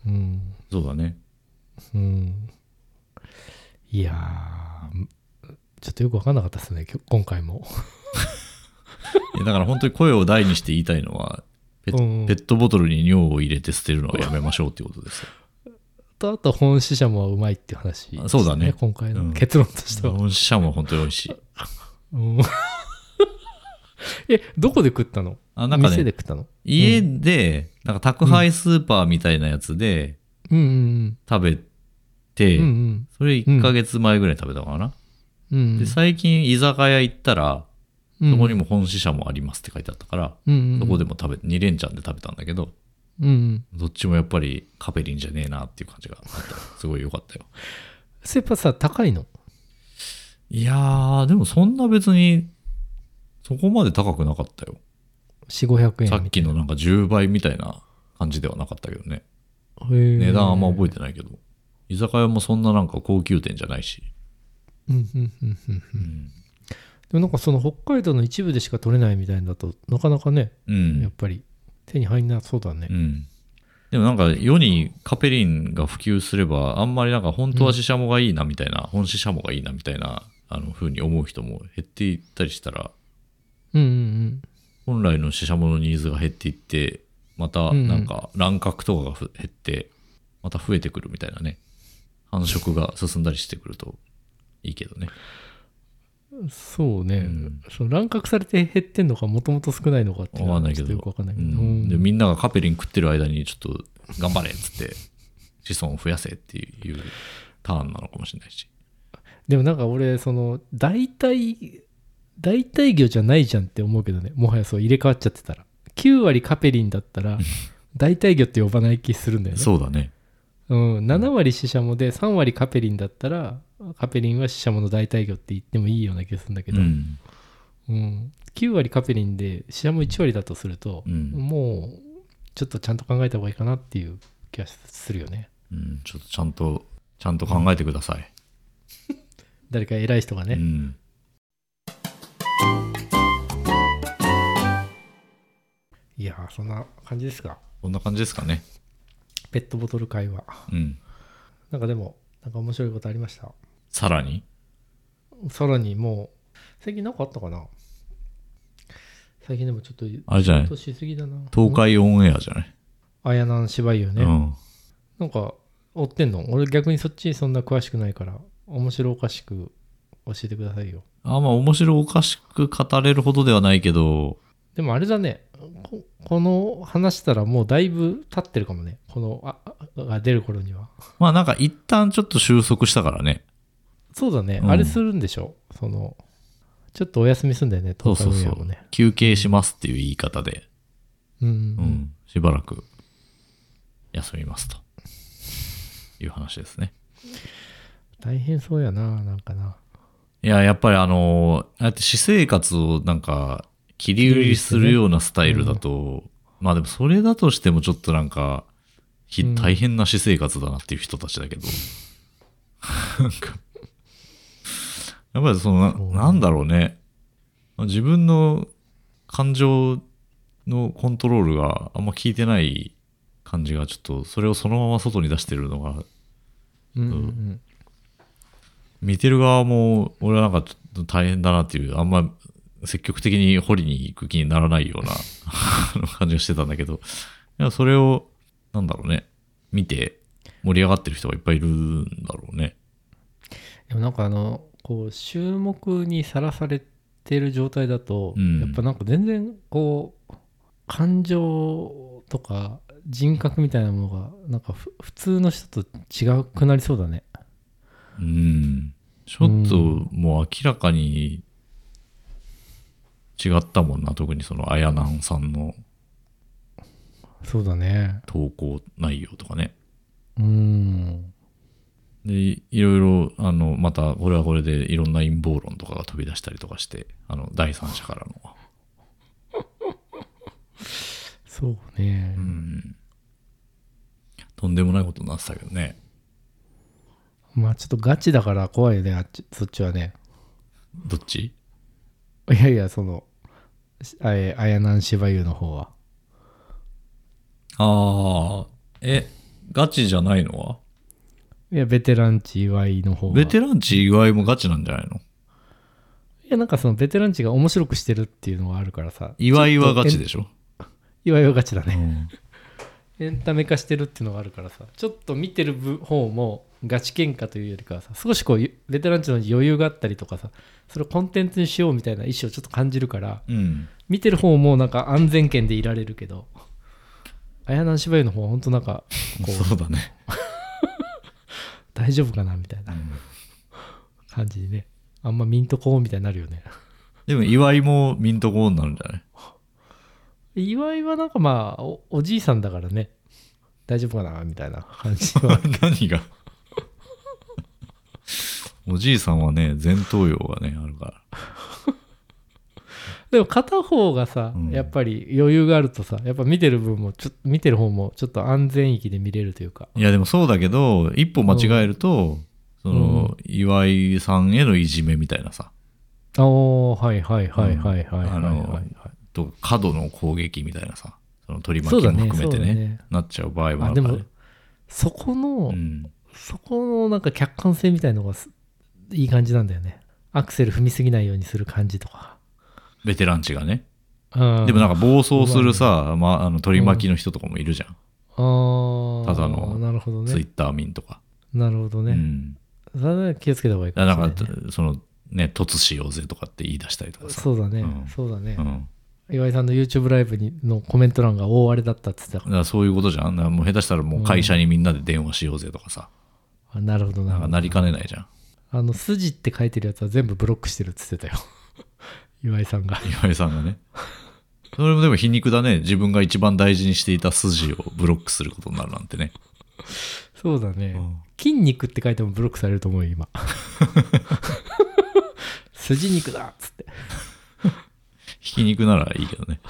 Speaker 1: うん。
Speaker 2: そうだね。
Speaker 1: うん。いやー、ちょっとよくわかんなかったですね、きょ今回も。
Speaker 2: いやだから本当に声を大にして言いたいのは、ペ
Speaker 1: うん
Speaker 2: ペットボトルに尿を入れて捨てるのはやめましょうっていうことですよ。
Speaker 1: とあと本死者もうまいっていう話、
Speaker 2: あそうだね
Speaker 1: 今回
Speaker 2: うん
Speaker 1: の結論としては、
Speaker 2: 本社も本当に美味しい。
Speaker 1: うん [laughs] えどこで食ったの
Speaker 2: あなんか
Speaker 1: 店で
Speaker 2: ね、
Speaker 1: 食ったの
Speaker 2: 家で、なんか宅配スーパーみたいなやつで
Speaker 1: うんうん
Speaker 2: 食べ
Speaker 1: う
Speaker 2: て、
Speaker 1: んうん
Speaker 2: それ1ヶ月前ぐらいに食べたかな。
Speaker 1: うんうん
Speaker 2: で、最近居酒屋行ったら、
Speaker 1: うん
Speaker 2: そこにも本支社もありますって書いてあったから、
Speaker 1: うんうんうん
Speaker 2: そこでも食べ、2連チャンで食べたんだけど、
Speaker 1: うんうん
Speaker 2: どっちもやっぱりカペリンじゃねえなっていう感じが
Speaker 1: [laughs]
Speaker 2: あった。すごい良かったよ。
Speaker 1: スーパーさ高いの
Speaker 2: いやー、でもそんな別に、そこまで高くなかったよ。
Speaker 1: 4500円
Speaker 2: さっきのなんか10倍みたいな感じではなかったけどね。値
Speaker 1: 値
Speaker 2: 段あんま
Speaker 1: え
Speaker 2: 覚えてないけど。居酒屋もそんななんか高級店じゃないし。
Speaker 1: うんうんうんうん
Speaker 2: う
Speaker 1: うん
Speaker 2: ん。
Speaker 1: でもなんかその北海道の一部でしか取れないみたいだとなかなかね、
Speaker 2: う
Speaker 1: やっ
Speaker 2: ん。
Speaker 1: ぱり手に入んなそうだね
Speaker 2: うん。でもなんか世にカペリンが普及すれば、あんまりなんか本当はシシャモがいいなみたいな、本シシャモがいいなみたいな、あの、風に思う人も減っていったりしたら、
Speaker 1: うんうん
Speaker 2: 本来のシシャモのニーズが減っていって、またなんか乱獲とかがふ減って、また増えてくるみたいなね、繁殖が進んだりしてくるといいけどね。
Speaker 1: うんそうね、
Speaker 2: うん
Speaker 1: その乱獲されて減ってんのかもともと少ないのかっていうの
Speaker 2: わ
Speaker 1: は
Speaker 2: かんない
Speaker 1: ち
Speaker 2: け
Speaker 1: ょっ
Speaker 2: ど
Speaker 1: とよくわかんないけ
Speaker 2: う
Speaker 1: ど、
Speaker 2: ん、でみんながカペリン食ってる間にちょっと頑張れっつって子孫を増やせっていうターンなのかもしれないし。
Speaker 1: でもなんか俺その大体代替魚じゃないじゃんって思うけどねもはやそう入れ替わっちゃってたら9割カペリンだったら代替魚って呼ばない気するんだよね
Speaker 2: そうだね。
Speaker 1: うん、7割シシャモで3割カペリンだったらカペリンはシシャモの代替魚って言ってもいいような気がするんだけ
Speaker 2: う
Speaker 1: ど、うん
Speaker 2: ん。
Speaker 1: 9割カペリンでシシャモ1割だとすると、
Speaker 2: うん
Speaker 1: もうちょっとちゃんと考えた方がいいかなっていう気がするよね
Speaker 2: うん。ちょっとちゃんと、ちゃんと考えてください。
Speaker 1: 誰か偉い人がね、
Speaker 2: うん。
Speaker 1: いやーそんな感じですか
Speaker 2: こんな感じですかね。
Speaker 1: ペットボトル会は
Speaker 2: うん。
Speaker 1: なんかでもなんか面白いことありました
Speaker 2: さらに
Speaker 1: さらにもう最近なんかあったかな最近でもちょっと
Speaker 2: あれじゃない
Speaker 1: としすぎだな
Speaker 2: 東海オンエアじゃない、
Speaker 1: 綾南芝居よね、
Speaker 2: うん。
Speaker 1: なんか追ってんの俺逆にそっちそんな詳しくないから面白おかしく教えてくださいよ
Speaker 2: あんま面白おかしく語れるほどではないけど、
Speaker 1: でもあれだねここの話したらもうだいぶ経ってるかもねこのああが出る頃には
Speaker 2: まあなんか一旦ちょっと収束したからね。
Speaker 1: そうだね、
Speaker 2: うん
Speaker 1: あれするんでしょそのちょっとお休みすんだよね
Speaker 2: そう
Speaker 1: 東
Speaker 2: そう
Speaker 1: 海
Speaker 2: そ
Speaker 1: オンエアも
Speaker 2: う
Speaker 1: ね。
Speaker 2: 休憩しますっていう言い方で、
Speaker 1: うん
Speaker 2: うん、しばらく休みますと。いう話ですね。
Speaker 1: 大変そうやななんかない
Speaker 2: や、やっぱりあのー、ああやって私生活をなんか、切り売りするようなスタイルだと、まあでもそれだとしてもちょっとなんか、ひ
Speaker 1: うん
Speaker 2: 大変な私生活だなっていう人たちだけど。なんかやっぱりその
Speaker 1: そう
Speaker 2: な、なんだろうね。自分の感情のコントロールがあんま効いてない感じが、ちょっとそれをそのまま外に出してるのが
Speaker 1: うんうんうん
Speaker 2: 見てる側も、俺はなんかちょっと大変だなっていう、あんま積極的に掘りに行く気にならないような [laughs] あの感じがしてたんだけど、いや、それを、なんだろうね、見て盛り上がってる人がいっぱいいるんだろうね。
Speaker 1: でもなんかあのこう注目にさらされてる状態だと、
Speaker 2: うん
Speaker 1: やっぱなんか全然こう感情とか人格みたいなものがなんかふ普通の人と違うくなりそうだね
Speaker 2: うん。ちょっともう明らかに違ったもんな、特にその、あやなんさんの
Speaker 1: そうだね
Speaker 2: 投稿内容とかね。
Speaker 1: うん
Speaker 2: で、いいろいろ、あの、また、これはこれでいろんな陰謀論とかが飛び出したりとかして、あの、第三者からの。
Speaker 1: そうね、
Speaker 2: うん。とんでもないことになってたけどね。
Speaker 1: まあちょっとガチだから怖いよねあっちそっちはね
Speaker 2: どっち
Speaker 1: いやいやそのしあえ綾南芝居の方は
Speaker 2: ああ、え、ガチじゃないのはい
Speaker 1: やベテランチ岩井の方は
Speaker 2: ベテランチ意外もガチなんじゃないの
Speaker 1: いやなんかそのベテランチが面白くしてるっていうのがあるからさ
Speaker 2: 岩井はガチでしょ、
Speaker 1: 岩井はガチだね
Speaker 2: うん
Speaker 1: エンタメ化してるっていうのがあるからさちょっと見てる部方もガチ喧嘩というよりかはさ少しこうゆベテランチの余裕があったりとかさそれをコンテンツにしようみたいな意思をちょっと感じるから
Speaker 2: うん。
Speaker 1: 見てる方もなんか安全圏でいられるけど綾南芝居の方は本当なんかこう
Speaker 2: そうだね。
Speaker 1: 大丈夫かなみたいな感じでねあんまミントコーンみたいになるよね
Speaker 2: でも、岩井もミントコーンになるんじゃない
Speaker 1: 岩井はなんかまあおおじいさんだからね大丈夫かなみたいな感じ [laughs] は
Speaker 2: [laughs] 何がおじいさんはね、前頭葉がね、あるから。
Speaker 1: でも片方がさ、
Speaker 2: うん
Speaker 1: やっぱり余裕があるとさやっぱ見てる分もちょ見てる方もちょっと安全域で見れるというか
Speaker 2: いやでもそうだけど一歩間違えると、その、岩井さんへのいじめみたいなさ
Speaker 1: おーはいはいはいはい
Speaker 2: うん
Speaker 1: はいはい
Speaker 2: あ
Speaker 1: はい、
Speaker 2: のと過度の攻撃みたいなさその取り
Speaker 1: そ
Speaker 2: 巻
Speaker 1: う
Speaker 2: き
Speaker 1: だ
Speaker 2: も
Speaker 1: ね
Speaker 2: 含めてね
Speaker 1: そう
Speaker 2: なっちゃう場合
Speaker 1: だ
Speaker 2: も
Speaker 1: ねあ
Speaker 2: ある
Speaker 1: で
Speaker 2: から、
Speaker 1: も
Speaker 2: ね
Speaker 1: そこの、
Speaker 2: うん、
Speaker 1: そこのなんか客観性みたいのがすいい感じなんだよねアクセル踏みすぎないようにする感じとか、
Speaker 2: ベテランチがね、
Speaker 1: うん、
Speaker 2: でもなんか暴走するさ、まあ、あの取り巻きの人とかもいるじゃん、
Speaker 1: あー
Speaker 2: ただの
Speaker 1: なるほど
Speaker 2: ツイ
Speaker 1: ね
Speaker 2: ッター民とか、
Speaker 1: なるほど
Speaker 2: う
Speaker 1: ね、
Speaker 2: ん、
Speaker 1: それは気をつけた方がいいかも
Speaker 2: だ
Speaker 1: しれない
Speaker 2: から
Speaker 1: ね、
Speaker 2: なんかそのね突しようぜとかって言い出したりとかさ
Speaker 1: そうだね、
Speaker 2: うん
Speaker 1: そうだね、
Speaker 2: うん
Speaker 1: 岩井さんの YouTube ライブにのコメント欄が大荒れだったって言ってたか
Speaker 2: だからそういうことじゃんだからもう下手したらもう会社にみんなで電話しようぜとかさ、
Speaker 1: らあなるほどな
Speaker 2: なんかなりかねないじゃん
Speaker 1: あの筋って書いてるやつは全部ブロックしてるって言ってたよ [laughs] 岩井さんが。
Speaker 2: 岩井さんがね。それもでも皮肉だね。自分が一番大事にしていた筋をブロックすることになるなんてね。
Speaker 1: そうだね。
Speaker 2: うん
Speaker 1: 筋肉って書いてもブロックされると思うよ
Speaker 2: [laughs]
Speaker 1: 今筋肉だっつって
Speaker 2: ひき肉ならいいけどね。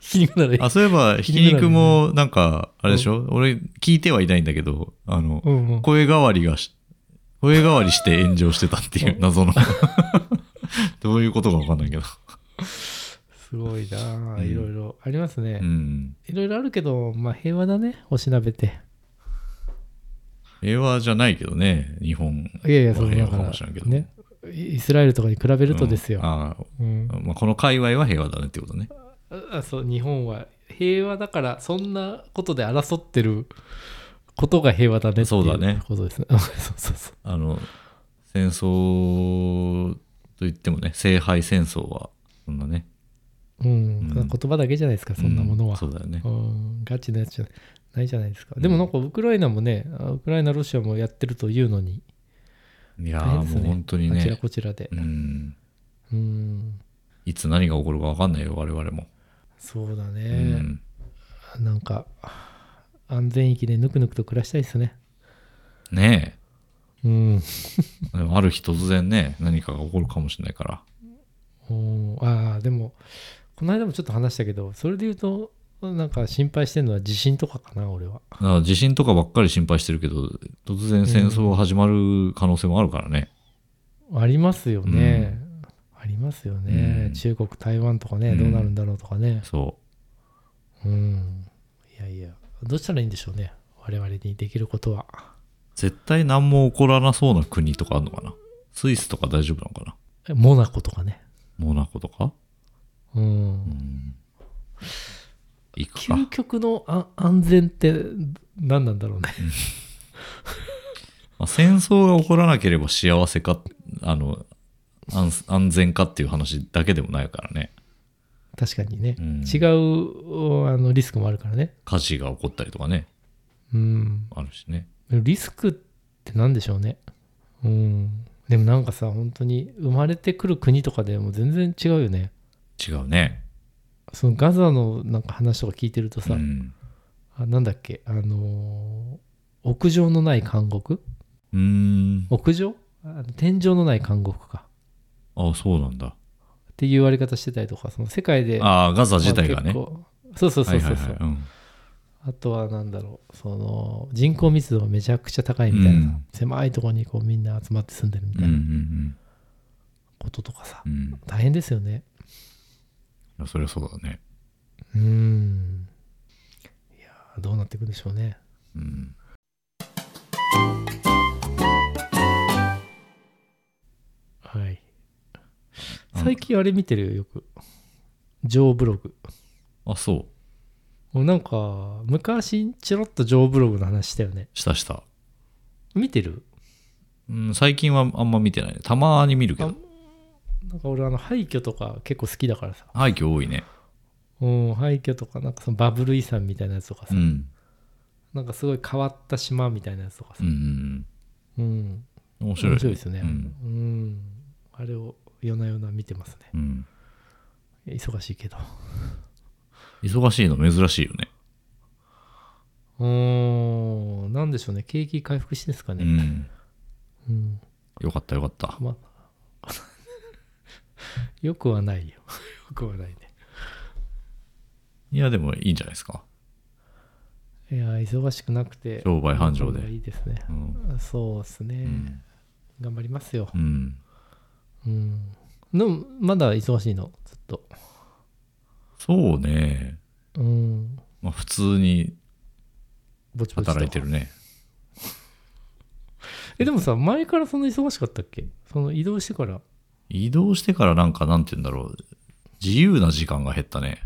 Speaker 1: 筋肉ならいい
Speaker 2: あ、そういえば、ひき肉もなんか、あれでしょ俺聞いてはいないんだけど、あの、
Speaker 1: うんうん
Speaker 2: 声変わりがし、声変わりして炎上してたっていう謎の。 [laughs] どういうことかわかんないけど。
Speaker 1: すごいなあ
Speaker 2: うん
Speaker 1: いろいろありますね、
Speaker 2: うん。
Speaker 1: いろいろあるけどまあ平和だねおしなべて
Speaker 2: 平和じゃないけどね、日本。
Speaker 1: いやいやそ
Speaker 2: まあ
Speaker 1: う
Speaker 2: 平
Speaker 1: だ
Speaker 2: 和
Speaker 1: か
Speaker 2: からもしれんけど
Speaker 1: ねイイスラエルとかに比べるとです
Speaker 2: う
Speaker 1: よ
Speaker 2: ん、あー
Speaker 1: うん
Speaker 2: まあ、この界隈は平和だねってことね。
Speaker 1: あそう日本は平和だからそんなことで争ってることが平和だねってい
Speaker 2: そうだね
Speaker 1: うことですね [laughs] そうそうそう
Speaker 2: あの、戦争といってもね、聖杯戦争は、そんなね。
Speaker 1: うん、
Speaker 2: う
Speaker 1: 言
Speaker 2: ん
Speaker 1: 葉だけじゃないですかそんなものは、
Speaker 2: うそうだよね
Speaker 1: う。ん、ガチなやつじゃないないじゃないですか。でもなんかウクライナもね、あウクライナ、ロシアもやってるというのに、
Speaker 2: いや
Speaker 1: 大
Speaker 2: ー、
Speaker 1: 変です
Speaker 2: も
Speaker 1: ね
Speaker 2: う本当に
Speaker 1: あちら
Speaker 2: ね、
Speaker 1: こちらで
Speaker 2: う。ん、
Speaker 1: うん、
Speaker 2: いつ何が起こるかわかんないよ、我々も。
Speaker 1: そうだ
Speaker 2: う
Speaker 1: ね。
Speaker 2: ん、
Speaker 1: なんか、安全域でぬくぬくと暮らしたいですね。
Speaker 2: ね
Speaker 1: うん。
Speaker 2: え、でもある日突然ね、何かが起こるかもしれないから。
Speaker 1: おーああ、でも、この間もちょっと話したけど、それで言うと、なんか心配してるのは地震とかかな、俺は。
Speaker 2: だから地震とかばっかり心配してるけど、突然戦争が始まる可能性もあるからね。
Speaker 1: ありますよね。ありますよね。
Speaker 2: うん
Speaker 1: 中国、台湾とかね、
Speaker 2: うん
Speaker 1: どうなるんだろうとかね。
Speaker 2: そ
Speaker 1: うん。いやいや、どうしたらいいんでしょうね。我々にできることは。
Speaker 2: う。絶対何も起こらなそうな国とかあるのかな。スイスとか大丈夫なのかな。
Speaker 1: えモナコとかね。
Speaker 2: モナコとか
Speaker 1: うん。
Speaker 2: うん。行くか
Speaker 1: 究。極のあ安全って何なんだろうね。
Speaker 2: まあ、戦争が起こらなければ幸せか、あの、安安全かっていう話だけでもないからね。
Speaker 1: 確かにね。
Speaker 2: うん
Speaker 1: 違うあのリスクもあるからね。
Speaker 2: 火事が起こったりとかね、
Speaker 1: うん。
Speaker 2: あるしね。
Speaker 1: リスクって何でしょうね。うん。でもなんかさ、本当に生まれてくる国とかでも全然違うよね。
Speaker 2: 違うね。
Speaker 1: そのガザのなんか話とか聞いてると
Speaker 2: う
Speaker 1: さ、
Speaker 2: ん。
Speaker 1: あなんだっけ、あのー屋上のない監獄
Speaker 2: うーん。
Speaker 1: 屋上あの天井のない監獄か
Speaker 2: あ、そうなんだ。
Speaker 1: っていう言われ方してたりとかその世界で
Speaker 2: ああ、ガザ自体が
Speaker 1: まあ
Speaker 2: ね。
Speaker 1: 結構そうそうそうそうそう、
Speaker 2: はいはいはいうん
Speaker 1: あとはなんだろうその人口密度がめちゃくちゃ高いみたいなさ、
Speaker 2: うん
Speaker 1: 狭いところにこうみんな集まって住んでるみ
Speaker 2: うん
Speaker 1: た
Speaker 2: う
Speaker 1: いなんこととかさ、
Speaker 2: うんうんい
Speaker 1: 大変ですよね
Speaker 2: や。それはそうだね。
Speaker 1: うんいやーどうなっていくんでしょうね
Speaker 2: うん。
Speaker 1: はい
Speaker 2: あの
Speaker 1: 最近あれ見てるよよくジョーブログ
Speaker 2: あ、そう。
Speaker 1: もうなんか昔チロッとジョーブログの話したよね
Speaker 2: したした。
Speaker 1: 見てる
Speaker 2: うん、最近はあんま見てないね。たまに見るけ
Speaker 1: あ
Speaker 2: ど。
Speaker 1: なんか俺あの廃墟とか結構好きだからさ、
Speaker 2: 廃墟多いね。
Speaker 1: うん、廃墟とかなんかそのバブル遺産みたいなやつとか
Speaker 2: う
Speaker 1: さ、
Speaker 2: ん。
Speaker 1: なんかすごい変わった島みたいなやつとかさ
Speaker 2: う、ん
Speaker 1: うん、
Speaker 2: うん。面白い。
Speaker 1: 面白いですよね、
Speaker 2: う
Speaker 1: うん
Speaker 2: ん。
Speaker 1: あれを夜な夜な見てますね
Speaker 2: うん。
Speaker 1: 忙しいけど
Speaker 2: 忙しいの珍しいよね。
Speaker 1: うーんなんでしょうね景気回復してですか
Speaker 2: う
Speaker 1: ね、
Speaker 2: ん。
Speaker 1: うん
Speaker 2: よかったよかった。
Speaker 1: まあ [laughs] よくはないよ [laughs] よくはないね
Speaker 2: いや、でもいいんじゃないですか。
Speaker 1: いや忙しくなくて
Speaker 2: 商売繁盛で
Speaker 1: いいですね
Speaker 2: うん。
Speaker 1: そうですね、
Speaker 2: うん。
Speaker 1: 頑張りますよ
Speaker 2: うん。
Speaker 1: うん。でも、まだ忙しいの、ずっと。
Speaker 2: そうね。
Speaker 1: うん。
Speaker 2: まあ、普通に
Speaker 1: ぼちぼちと
Speaker 2: 働いてるね。
Speaker 1: え、でもさ、前からそんな忙しかったっけその移動してから。
Speaker 2: 移動してからなんか、なんて言うんだろう。自由な時間が減ったね。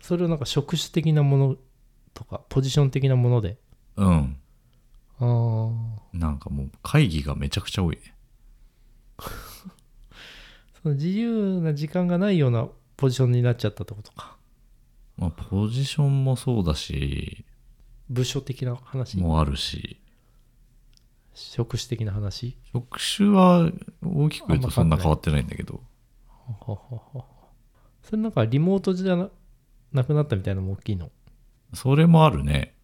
Speaker 1: それをなんか職種的なものとか、ポジション的なもので。
Speaker 2: うん。
Speaker 1: ああ。
Speaker 2: なんかもう会議がめちゃくちゃ多いね。
Speaker 1: その自由な時間がないようなポジションになっちゃったってことか。
Speaker 2: まあ、ポジションもそうだし、
Speaker 1: 部署的な話、
Speaker 2: もあるし、
Speaker 1: 職種的な話。
Speaker 2: 職種は大きく言うとそんな変わってないんだけど、
Speaker 1: あほほほほそれなんかリモートじゃななくなったみたいなのも大きいの
Speaker 2: それもあるね。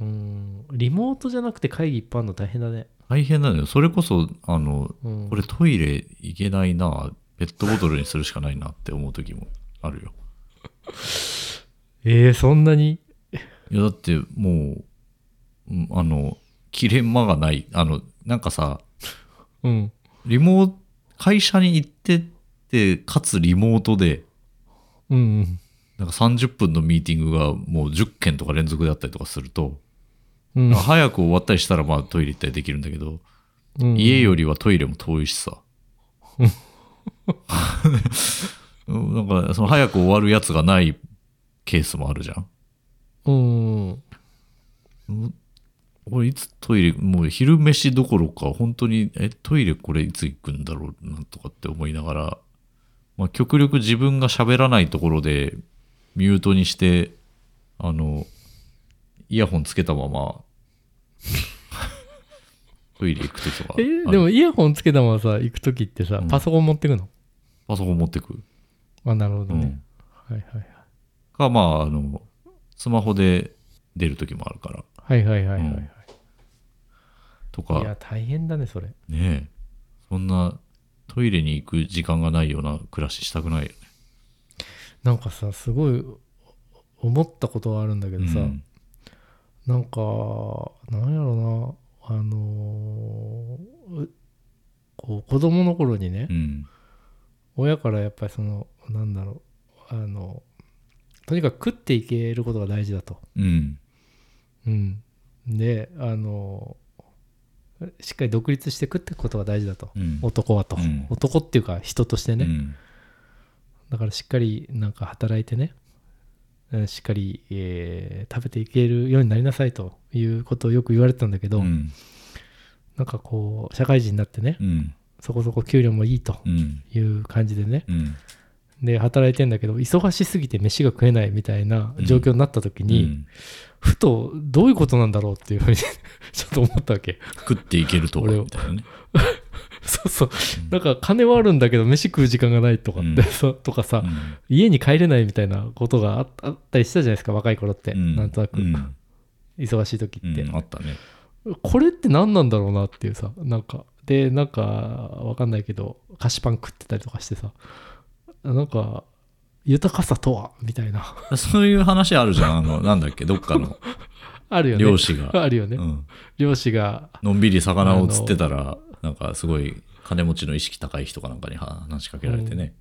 Speaker 1: うーんリモートじゃなくて会議いっぱいあるの大変だね
Speaker 2: 大変なのよ。それこそ、あの、
Speaker 1: うん
Speaker 2: これトイレ行けないな、ペットボトルにするしかないなって思う時もあるよ。
Speaker 1: えー、そんなに
Speaker 2: いや、だってもう、うんあの、切れ間がない。あの、なんかさ、
Speaker 1: うん
Speaker 2: リモート、会社に行ってって、かつリモートで、
Speaker 1: うんうん
Speaker 2: なんか30分のミーティングがもう10件とか連続であったりとかすると、
Speaker 1: うん
Speaker 2: 早く終わったりしたらまあトイレ行ったりできるんだけど、
Speaker 1: うん
Speaker 2: 家よりはトイレも遠いしさ。 [laughs] うんなんか、その早く終わるやつがないケースもあるじゃん。
Speaker 1: うんうん
Speaker 2: うん俺いつトイレ、もう昼飯どころか、本当に、え、トイレこれいつ行くんだろうなとかって思いながら、まあ、極力自分が喋らないところで、ミュートにして、あの、イヤホンつけたまま、 [laughs] トイレ行くときとか。
Speaker 1: え
Speaker 2: あ
Speaker 1: でもイヤホンつけたままさ行く時ってさ、
Speaker 2: うん
Speaker 1: パソコン持ってくの
Speaker 2: パソコン持ってく。
Speaker 1: あなるほど
Speaker 2: う
Speaker 1: ね、
Speaker 2: ん
Speaker 1: はいはい
Speaker 2: か、まあ、あの、スマホで出るときもあるから、
Speaker 1: はいはいはいはいはい、
Speaker 2: と
Speaker 1: いや
Speaker 2: か、
Speaker 1: 大変だねそれ
Speaker 2: ねえ、そんなトイレに行く時間がないような暮らししたくないよね。
Speaker 1: なんかさすごい思ったことはあるんだけどさ、
Speaker 2: うん
Speaker 1: なんかなんやろなあのーうこう子供の頃にね、
Speaker 2: うん。
Speaker 1: 親からやっぱりそのなんだろうあのとにかく食っていけることが大事だと、
Speaker 2: うん。
Speaker 1: うん、であのしっかり独立して食っていくことが大事だと、
Speaker 2: うん。
Speaker 1: 男はと、
Speaker 2: うん
Speaker 1: 男っていうか人としてね、
Speaker 2: うん
Speaker 1: だからしっかりなんか働いてねうんしっかり、えー食べていけるようになりなさいということをよく言われてたんだけど、
Speaker 2: うん。
Speaker 1: なんかこう社会人になってね
Speaker 2: うん。
Speaker 1: そこそこ給料もいいと
Speaker 2: うん。
Speaker 1: いう感じでね
Speaker 2: うん。
Speaker 1: で働いてんだけど忙しすぎて飯が食えないみたいな状況になった時に、
Speaker 2: うん
Speaker 1: ふとどういうことなんだろうっていうふうに [laughs] ちょっと思ったわけ [laughs]
Speaker 2: 食っていけるとは、
Speaker 1: 俺を
Speaker 2: みたいなね。
Speaker 1: そうそうなんか金はあるんだけど飯食う時間がないとかってさ、とかさ、家に帰れないみたいなことがああったりしたじゃないですか若い頃って、
Speaker 2: うん
Speaker 1: なんとなく、
Speaker 2: うん
Speaker 1: 忙しい時って、
Speaker 2: うんあったね。
Speaker 1: これって何なんだろうなっていうさなんかでなんかわかんないけど菓子パン食ってたりとかしてさなんか豊かさとはみたいな [laughs]
Speaker 2: そういう話あるじゃん。あの、なんだっけ、どっかの
Speaker 1: あるよね
Speaker 2: 漁師が。
Speaker 1: [laughs] あるよね、
Speaker 2: うん
Speaker 1: 漁師が
Speaker 2: のんびり魚を釣ってたら、なんかすごい金持ちの意識高い人かなんかに話しかけられてね。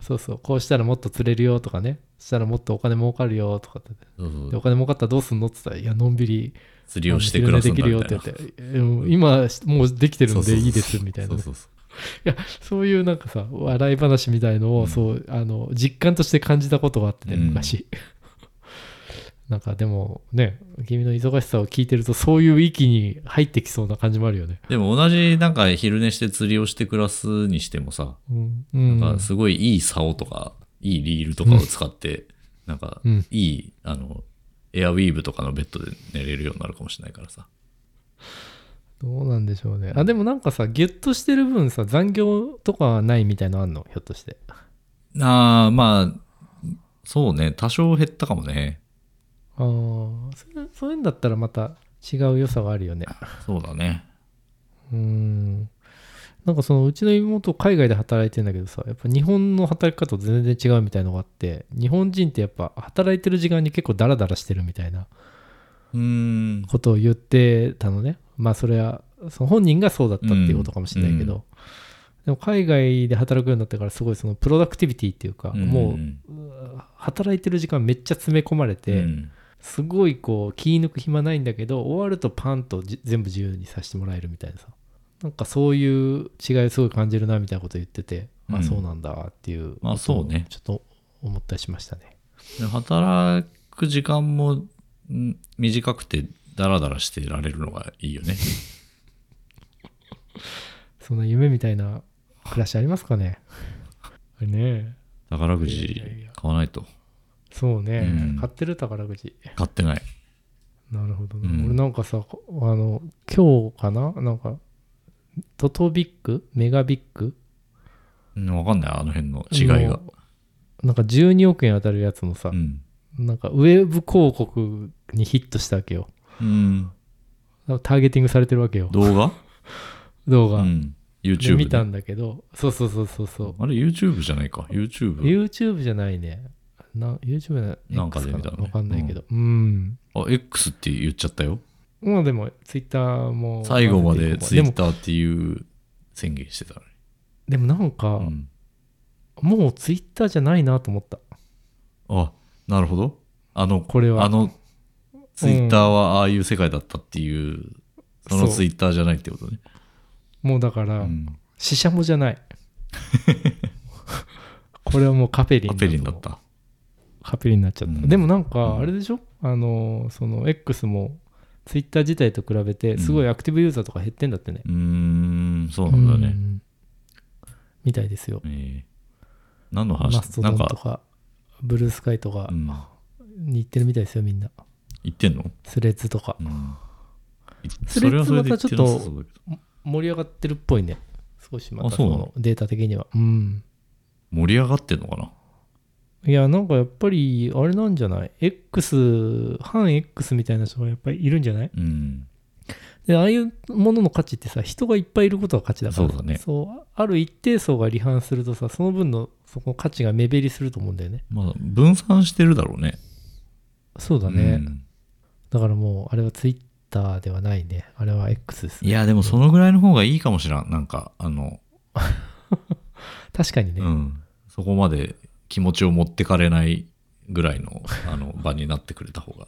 Speaker 1: そうそうこうしたらもっと釣れるよとかねしたらもっとお金儲かるよとかって
Speaker 2: そうそう
Speaker 1: でお金儲かったらどうすんのって言ったらいやのんびり
Speaker 2: 釣りをして暮らすんだみ
Speaker 1: あの
Speaker 2: たい
Speaker 1: 昼寝
Speaker 2: な
Speaker 1: できるよって言ってうん今もうできてるんでいいですみたいな
Speaker 2: そう
Speaker 1: ね
Speaker 2: そうそ
Speaker 1: いやそういうなんかさ笑い話みたいのを、
Speaker 2: うん
Speaker 1: そうあの実感として感じたことがあってね
Speaker 2: うん
Speaker 1: 昔、 [laughs] なんかでもね君の忙しさを聞いてるとそういう域に入ってきそうな感じもあるよね
Speaker 2: うでも同じなんか昼寝して釣りをして暮らすにしてもさ、
Speaker 1: うん、うん、
Speaker 2: なんかすごいいい竿とかいいリールとかを使って、なんか
Speaker 1: うん
Speaker 2: いいあのエアウィーブとかのベッドで寝れるようになるかもしれないからさ
Speaker 1: どうなんでしょうねあでもなんかさギュッとしてる分さ残業とかはないみたいのあんのひょっとして
Speaker 2: あーまあそうね多少減ったかもね
Speaker 1: ああそれそういうんだったらまた違う良さがあるよね
Speaker 2: そうだね
Speaker 1: うーんなんかそのうちの妹海外で働いてんだけどさやっぱ日本の働き方と全然違うみたいのがあって日本人ってやっぱ働いてる時間に結構ダラダラしてるみたいな
Speaker 2: うーん
Speaker 1: ことを言ってたのねまあそれはその本人がそうだったっていうことかもしれないけど、
Speaker 2: う
Speaker 1: でも海外で働くようになってからすごいそのプロダクティビティっていうか、もうう働いてる時間めっちゃ詰め込まれて、
Speaker 2: うん
Speaker 1: すごいこう気抜く暇ないんだけど終わるとパンとじ全部自由にさせてもらえるみたいなさなんかそういう違いをすごい感じるなみたいなこと言ってて、
Speaker 2: う
Speaker 1: あ
Speaker 2: ん
Speaker 1: そうなんだっていうこと
Speaker 2: まあ
Speaker 1: を
Speaker 2: そうね
Speaker 1: ちょっと思ったりしましたね
Speaker 2: で働く時間もん短くてダラダラしてられるのがいいよね
Speaker 1: そんな夢みたいな暮らしありますか
Speaker 2: [laughs]
Speaker 1: ねねえ
Speaker 2: 宝く
Speaker 1: い
Speaker 2: じ
Speaker 1: やいやいや
Speaker 2: 買わないと
Speaker 1: そうね、
Speaker 2: うん
Speaker 1: 買ってる宝くじ
Speaker 2: 買ってない
Speaker 1: なるほどね、
Speaker 2: うん
Speaker 1: 俺なんかさこあの今日かななんかトトビックメガビック
Speaker 2: うんわかんない、あの辺の違いが。
Speaker 1: のなんか12億円当たるやつのさ
Speaker 2: う、ん。
Speaker 1: なんかウェブ広告にヒットしたわけよ。
Speaker 2: うん。
Speaker 1: だからターゲティングされてるわけよ、
Speaker 2: 動画
Speaker 1: 動
Speaker 2: う
Speaker 1: 画。
Speaker 2: ん。
Speaker 1: で
Speaker 2: YouTube
Speaker 1: 見た
Speaker 2: ね。
Speaker 1: んだけど、そうそうそうそうそう。
Speaker 2: あれ YouTube じゃないか。YouTube。
Speaker 1: YouTube じゃないね。な YouTube な
Speaker 2: なんかで見たのね
Speaker 1: わかんないけど。うん。
Speaker 2: あ、X って言っちゃったよ。
Speaker 1: まあでも、Twitter も。
Speaker 2: 最後まで
Speaker 1: でも、
Speaker 2: Twitter っていう宣言してた
Speaker 1: でもなんか、
Speaker 2: のに。うん。
Speaker 1: もう Twitter じゃないなと思った。
Speaker 2: あ、なるほど。あの、
Speaker 1: これは
Speaker 2: あの、Twitter はああいう世界だったっていう、その
Speaker 1: そう
Speaker 2: Twitter じゃないってことね。
Speaker 1: もうだから、
Speaker 2: うん。
Speaker 1: シシャモじゃ
Speaker 2: [laughs]
Speaker 1: ない。これはもうカペリン
Speaker 2: ア
Speaker 1: と
Speaker 2: ペ
Speaker 1: 思う
Speaker 2: リンだった。
Speaker 1: カペリンになっちゃった。
Speaker 2: うん
Speaker 1: でもなん
Speaker 2: う
Speaker 1: か、
Speaker 2: ん
Speaker 1: あれでしょ、あの、その X も Twitter 自体と比べて、すごいアクティブユーザーとか減ってんだってね。
Speaker 2: うーん、そうなんだ
Speaker 1: う
Speaker 2: ね。
Speaker 1: んみたいですよ。
Speaker 2: えー何の
Speaker 1: マ
Speaker 2: 話
Speaker 1: スト
Speaker 2: な
Speaker 1: ド
Speaker 2: ん
Speaker 1: ンと
Speaker 2: か、
Speaker 1: か、ブルースカイとか
Speaker 2: うん
Speaker 1: に行ってるみたいですよ、みんな。
Speaker 2: 言ってんの
Speaker 1: スレッズとか
Speaker 2: う。ん。
Speaker 1: それ
Speaker 2: 言てなさそうだけど
Speaker 1: 盛り上がってるっぽいね。少しま
Speaker 2: あ
Speaker 1: た
Speaker 2: そう
Speaker 1: そ
Speaker 2: なの
Speaker 1: のデータ的には。うん。
Speaker 2: 盛り上がってんのかない
Speaker 1: や、なんかやっぱり、あれなんじゃない ?X、反 X みたいな人がやっぱりいるんじゃない
Speaker 2: うん。
Speaker 1: で、ああいうものの価値ってさ、人がいっぱいいることが価値だから。
Speaker 2: そうだね
Speaker 1: そうある一定層が離反するとさ、その分のそこの価値が目減りすると思うんだよね。
Speaker 2: まあ、分散してるだろうね。
Speaker 1: そうだね。
Speaker 2: うん
Speaker 1: だからもう、あれはツイッターではないね。あれは X ですね。
Speaker 2: いや、でもそのぐらいの方がいいかもしらん。なんか、あの、
Speaker 1: 確かにね。
Speaker 2: うん。そこまで気持ちを持ってかれないぐらいの、あ
Speaker 1: [laughs]
Speaker 2: の、場になってくれた方が。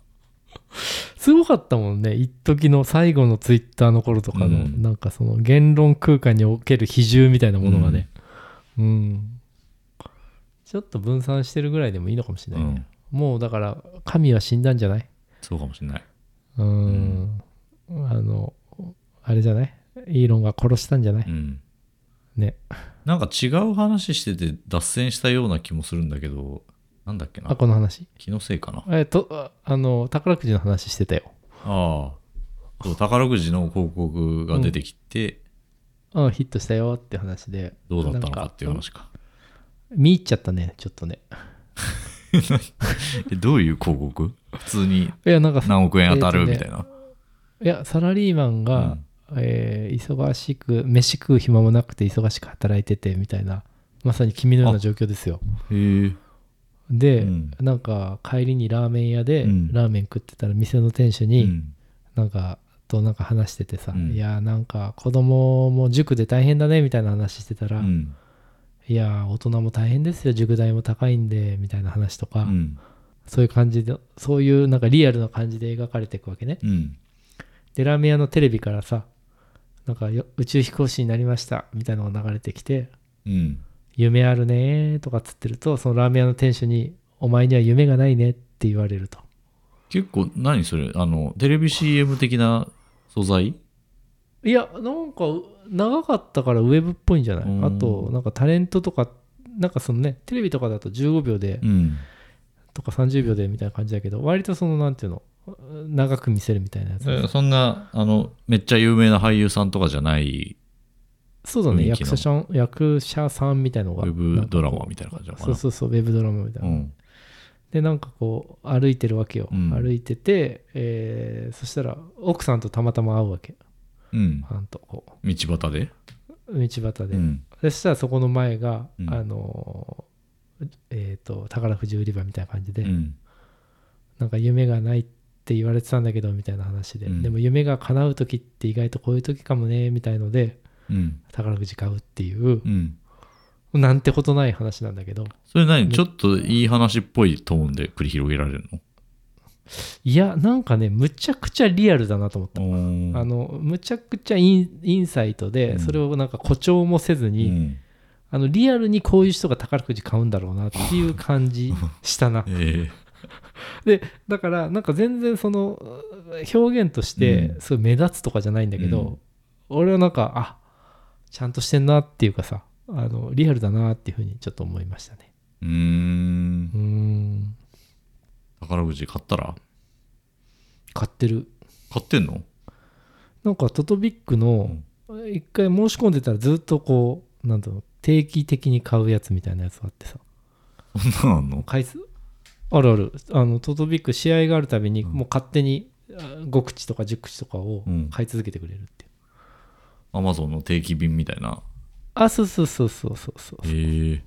Speaker 1: すごかったもんね。一時の最後のツイッターの頃とかの、
Speaker 2: うん
Speaker 1: なんかその言論空間における比重みたいなものがね。うん。ちょっと分散してるぐらいでもいいのかもしれ
Speaker 2: う
Speaker 1: ないね。
Speaker 2: ん。
Speaker 1: もうだから、神は死んだんじゃない
Speaker 2: そうかもしれない。
Speaker 1: うん。あの、あれじゃないイーロンが殺したんじゃない、
Speaker 2: うん。
Speaker 1: ね。
Speaker 2: なんか違う話してて脱線したような気もするんだけど、なんだっけ
Speaker 1: あ、
Speaker 2: な。
Speaker 1: この話。
Speaker 2: 気のせいかな。
Speaker 1: えっと、ああの、宝くじの話してたよ。
Speaker 2: ああ。そう、宝くじの広告が出てきて、
Speaker 1: うん、ヒットしたよって話で。
Speaker 2: どうだったの
Speaker 1: な
Speaker 2: か
Speaker 1: ん
Speaker 2: っていう話か。
Speaker 1: 見入っちゃったね、ちょっとね。
Speaker 2: え、どういう広告普通に
Speaker 1: いや、なんか
Speaker 2: 何億円当た
Speaker 1: えー
Speaker 2: る
Speaker 1: とね
Speaker 2: みたいな。
Speaker 1: いや、サラリーマンが、えー忙しく、飯食う暇もなくて忙しく働いててみたいな、まさに君のような状況ですよ。
Speaker 2: へえ。
Speaker 1: で、
Speaker 2: うん
Speaker 1: なんか帰りにラーメン屋で、
Speaker 2: うん
Speaker 1: ラーメン食ってたら店の店主
Speaker 2: う
Speaker 1: に、
Speaker 2: ん。
Speaker 1: なんかとなんか話しててさ、
Speaker 2: うん
Speaker 1: いやなんか子供も塾で大変だねみたいな話してた
Speaker 2: う
Speaker 1: ら、
Speaker 2: ん。
Speaker 1: いや大人も大変ですよ塾代も高いんでみたいな話とか、
Speaker 2: うん。
Speaker 1: そういう感じでそういうなんかリアルな感じで描かれていくわけね。
Speaker 2: うん。
Speaker 1: でラーメン屋のテレビからさなんかよ宇宙飛行士になりましたみたいなのが流れてきて
Speaker 2: うん。
Speaker 1: 「夢あるね」とかつってるとそのラーメン屋の店主に「お前には夢がないね」って言われると
Speaker 2: 結構、何それあの、テレビ CM 的な素材
Speaker 1: いやなんかう長かったからウェブっぽいんじゃな
Speaker 2: う
Speaker 1: い
Speaker 2: ん
Speaker 1: あとなんかタレントとかなんかそのねテレビとかだと15秒で
Speaker 2: うん。
Speaker 1: とか30秒でみたいな感じだけど割とそのなんていうの長く見せるみたいなやつ、
Speaker 2: えそんな、あの、めっちゃ有名な俳優さんとかじゃない、
Speaker 1: そうだね
Speaker 2: 雰囲気
Speaker 1: 役
Speaker 2: の
Speaker 1: 者さん役者さんみたいの
Speaker 2: ウ
Speaker 1: が
Speaker 2: ェブドラマみたいな感じなのか
Speaker 1: そう
Speaker 2: な。
Speaker 1: そうそうウェブドラマみたいな、
Speaker 2: うん。
Speaker 1: でなんかこう歩いてるわけよ、
Speaker 2: うん
Speaker 1: 歩いてて、えーそしたら奥さんとたまたま会うわけ
Speaker 2: うん。
Speaker 1: パンとこ
Speaker 2: 道端で
Speaker 1: う道端で、
Speaker 2: うん。
Speaker 1: でそしたらそこの前が、
Speaker 2: うん
Speaker 1: あのーえっ、と宝くじ売り場みたいな感じで、
Speaker 2: うん。
Speaker 1: なんか夢がないって言われてたんだけどみたいな話で、
Speaker 2: うん
Speaker 1: でも夢が叶う時って意外とこういう時かもねみたいので
Speaker 2: うん。
Speaker 1: 宝くじ買うっていう
Speaker 2: う、ん。
Speaker 1: なんてことない話なんだけど
Speaker 2: それ何ちょっといい話っぽいトーンで繰り広げられる
Speaker 1: いやなんかねむちゃくちゃリアルだなと思った
Speaker 2: のおー
Speaker 1: あのむちゃくちゃインインサイトで、
Speaker 2: うん
Speaker 1: それをなんか誇張もせず
Speaker 2: う
Speaker 1: に、
Speaker 2: ん。
Speaker 1: あのリアルにこういう人が宝くじ買うんだろうなっていう感じしたな
Speaker 2: え
Speaker 1: で [laughs] だからなんか全然その表現として
Speaker 2: うん
Speaker 1: すごい目立つとかじゃないんだけど、俺はなんかあちゃんとしてんなっていうかさあのリアルだなっていうふうにちょっと思いましたね
Speaker 2: え。うーん
Speaker 1: うー。ん
Speaker 2: 宝くじ買ったら
Speaker 1: 買ってる
Speaker 2: 買ってんの
Speaker 1: なんかトトビックの一回申し込んでたらずっとこうなんだろう定期的に買うやつみたいなやつがあってさ
Speaker 2: そ [laughs] んなのあんの
Speaker 1: 回数あるあるあのトトビック試合があるたびに
Speaker 2: うん
Speaker 1: もう勝手にあ5口とか10口とかを
Speaker 2: うん
Speaker 1: 買い続けてくれるっていう、
Speaker 2: アマゾンの定期便みたいな。
Speaker 1: あそうそうそうそうそうそう
Speaker 2: へえ。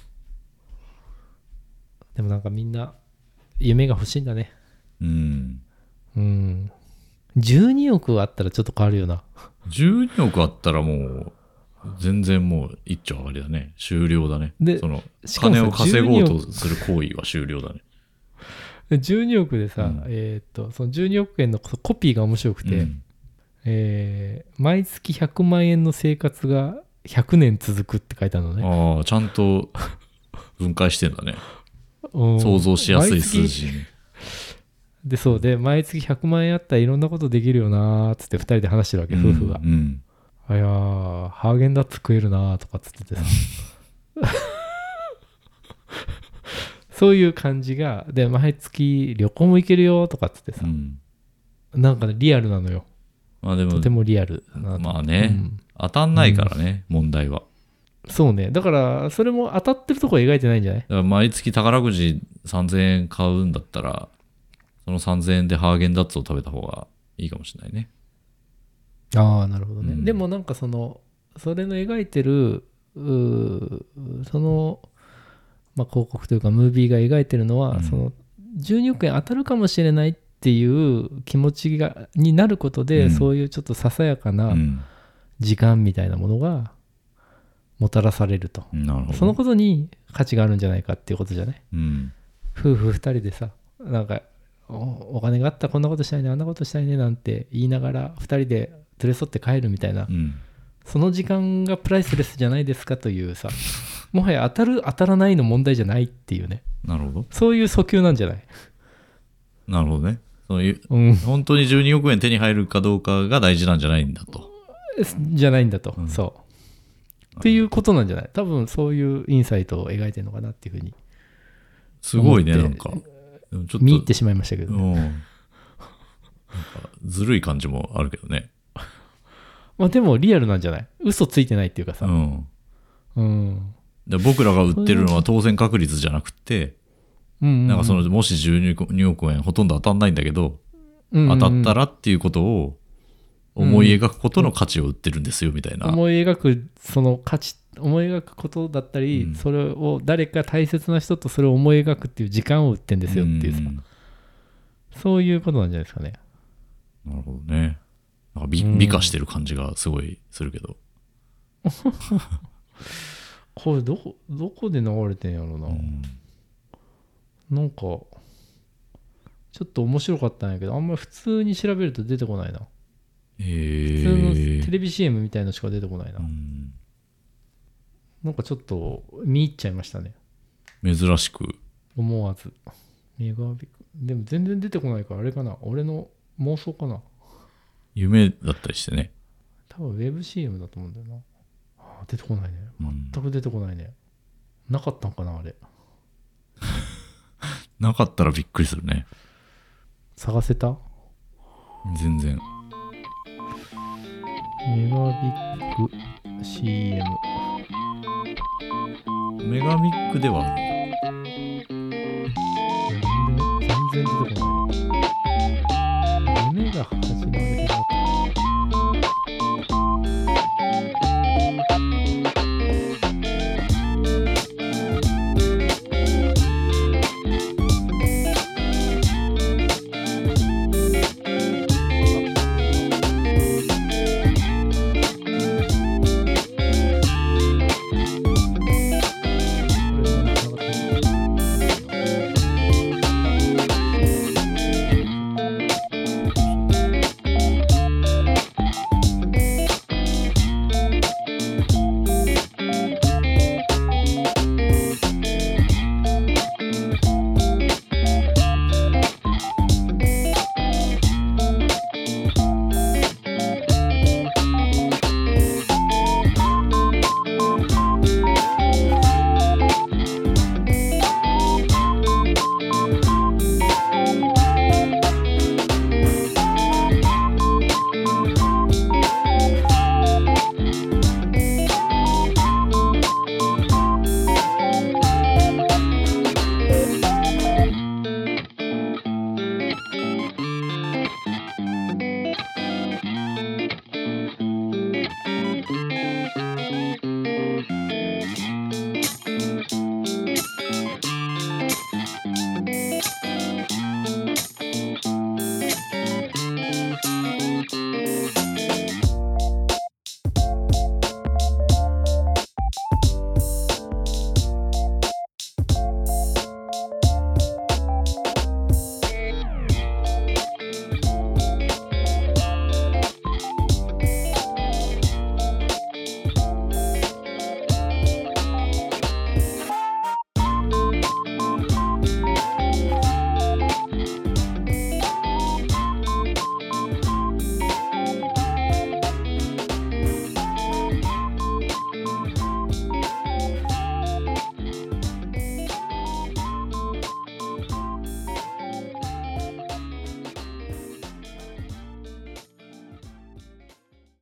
Speaker 1: でもなんかみんな夢が欲しいんだね
Speaker 2: うん。
Speaker 1: うん12億あったらちょっと変わるよな
Speaker 2: 12億あったらもう、全然もう一丁上がりだね。終了だね。
Speaker 1: で
Speaker 2: その
Speaker 1: し、かも
Speaker 2: 金
Speaker 1: さ
Speaker 2: を稼ごう
Speaker 1: 12
Speaker 2: とする行為は終了だね。
Speaker 1: で12億でさ、
Speaker 2: うん
Speaker 1: えーっとその12億円のコピーが面白くて、
Speaker 2: うん
Speaker 1: えー毎月100万円の生活が100年続くって書いてあるのね
Speaker 2: ああ、ちゃんと分解してん
Speaker 1: [laughs]
Speaker 2: だね。
Speaker 1: うん
Speaker 2: 想像しやすい数
Speaker 1: 毎月
Speaker 2: 字に。
Speaker 1: でそうで毎月100万円あったらいろんなことできるよなーっつって2人で話してるわけ、夫婦が
Speaker 2: うんうん。
Speaker 1: 「あいやーハーゲンダッツ食えるな」とかっつっててさそういう感じがで毎月旅行も行けるよとかっつって
Speaker 2: う
Speaker 1: さ、
Speaker 2: ん
Speaker 1: なんかねリアルなのよ
Speaker 2: まあでも
Speaker 1: と、てもリアルな、
Speaker 2: まあね、
Speaker 1: うん
Speaker 2: 当たんないからね、問題は。だか
Speaker 1: そうねだからそれも当たってるとこ描いてないんじゃない
Speaker 2: ら毎月宝くじ3000円買うんだったら、その3000円でハーゲンダッツを食べた方がいいかもしれないね。
Speaker 1: ああなるほどね、
Speaker 2: うん
Speaker 1: でもなんかそのそれの描いてるうーその、まあ、広告というかムービーが描いてるのは、
Speaker 2: うん
Speaker 1: その12億円当たるかもしれないっていう気持ちがになることで、
Speaker 2: うん
Speaker 1: そういうちょっとささやか
Speaker 2: う。
Speaker 1: なん時間みたいなものがもたらされると、
Speaker 2: なるほど。
Speaker 1: そのことに価値があるんじゃないかっていうことじゃない
Speaker 2: うん。
Speaker 1: 夫婦2人でさなんかおお金があったらこんなことしたいねあんなことしたいねなんて言いながら2人で連れ添って帰るみたいな
Speaker 2: うん。
Speaker 1: その時間がプライスレスじゃないですかというさもはや当たる当たらないの問題じゃないっていうね
Speaker 2: なるほど。
Speaker 1: そういう訴求なんじゃない
Speaker 2: なるほどね。そのゆ
Speaker 1: うん
Speaker 2: 本当に12億円手に入るかどうかが大事なんじゃないんだと。
Speaker 1: じゃないんだと、
Speaker 2: うん
Speaker 1: そうっていうことなんじゃない多分そういうインサイトを描いてるのかなっていうふうに
Speaker 2: すごいね、な
Speaker 1: 思っ
Speaker 2: ん
Speaker 1: て
Speaker 2: か。でもちょっと
Speaker 1: 見入ってしまいましたけど、
Speaker 2: うん。なんかずるい感じもあるけどね。
Speaker 1: まあでもリアルなんじゃない嘘ついてないっていうか
Speaker 2: う
Speaker 1: さ
Speaker 2: ん。
Speaker 1: うん
Speaker 2: で僕らが売ってるのは当選確率じゃなくて、
Speaker 1: うん
Speaker 2: なんかその、もし12億円ほとんど当たんないんだけど、当
Speaker 1: 当
Speaker 2: たったらっていうことを思い描くことの価値を売ってるんですよ、みたいな。
Speaker 1: 思い描くその価値思い描くことだったり、
Speaker 2: うん
Speaker 1: それを誰か大切な人とそれを思い描くっていう時間を売ってんですよっていうさ、
Speaker 2: ん
Speaker 1: そういうことなんじゃないですかね
Speaker 2: なるほどね。なんか美
Speaker 1: うん
Speaker 2: 美化してる感じがすごいするけど。
Speaker 1: これどこどこで流れてんやろな、
Speaker 2: うん
Speaker 1: なんかちょっと面白かったんやけどあんまり普通に調べると出てこないな普
Speaker 2: え
Speaker 1: 通の
Speaker 2: ー
Speaker 1: テレビ CM みたいのしか出てこないな、
Speaker 2: うん
Speaker 1: なんかちょっと見入っちゃいましたね
Speaker 2: 珍しく。
Speaker 1: 思わずメガビクでも全然出てこないからあれかな俺の妄想かな
Speaker 2: 夢だったりしてね。
Speaker 1: 多分ウェブ CM だと思うんだよなあー出てこないね
Speaker 2: うん
Speaker 1: 全く出てこないねなかったんかなあれ
Speaker 2: なかったらびっくりするね。
Speaker 1: 探せた
Speaker 2: 全然。
Speaker 1: メガビッグ CM
Speaker 2: メガミックではある
Speaker 1: 全然全然出てこない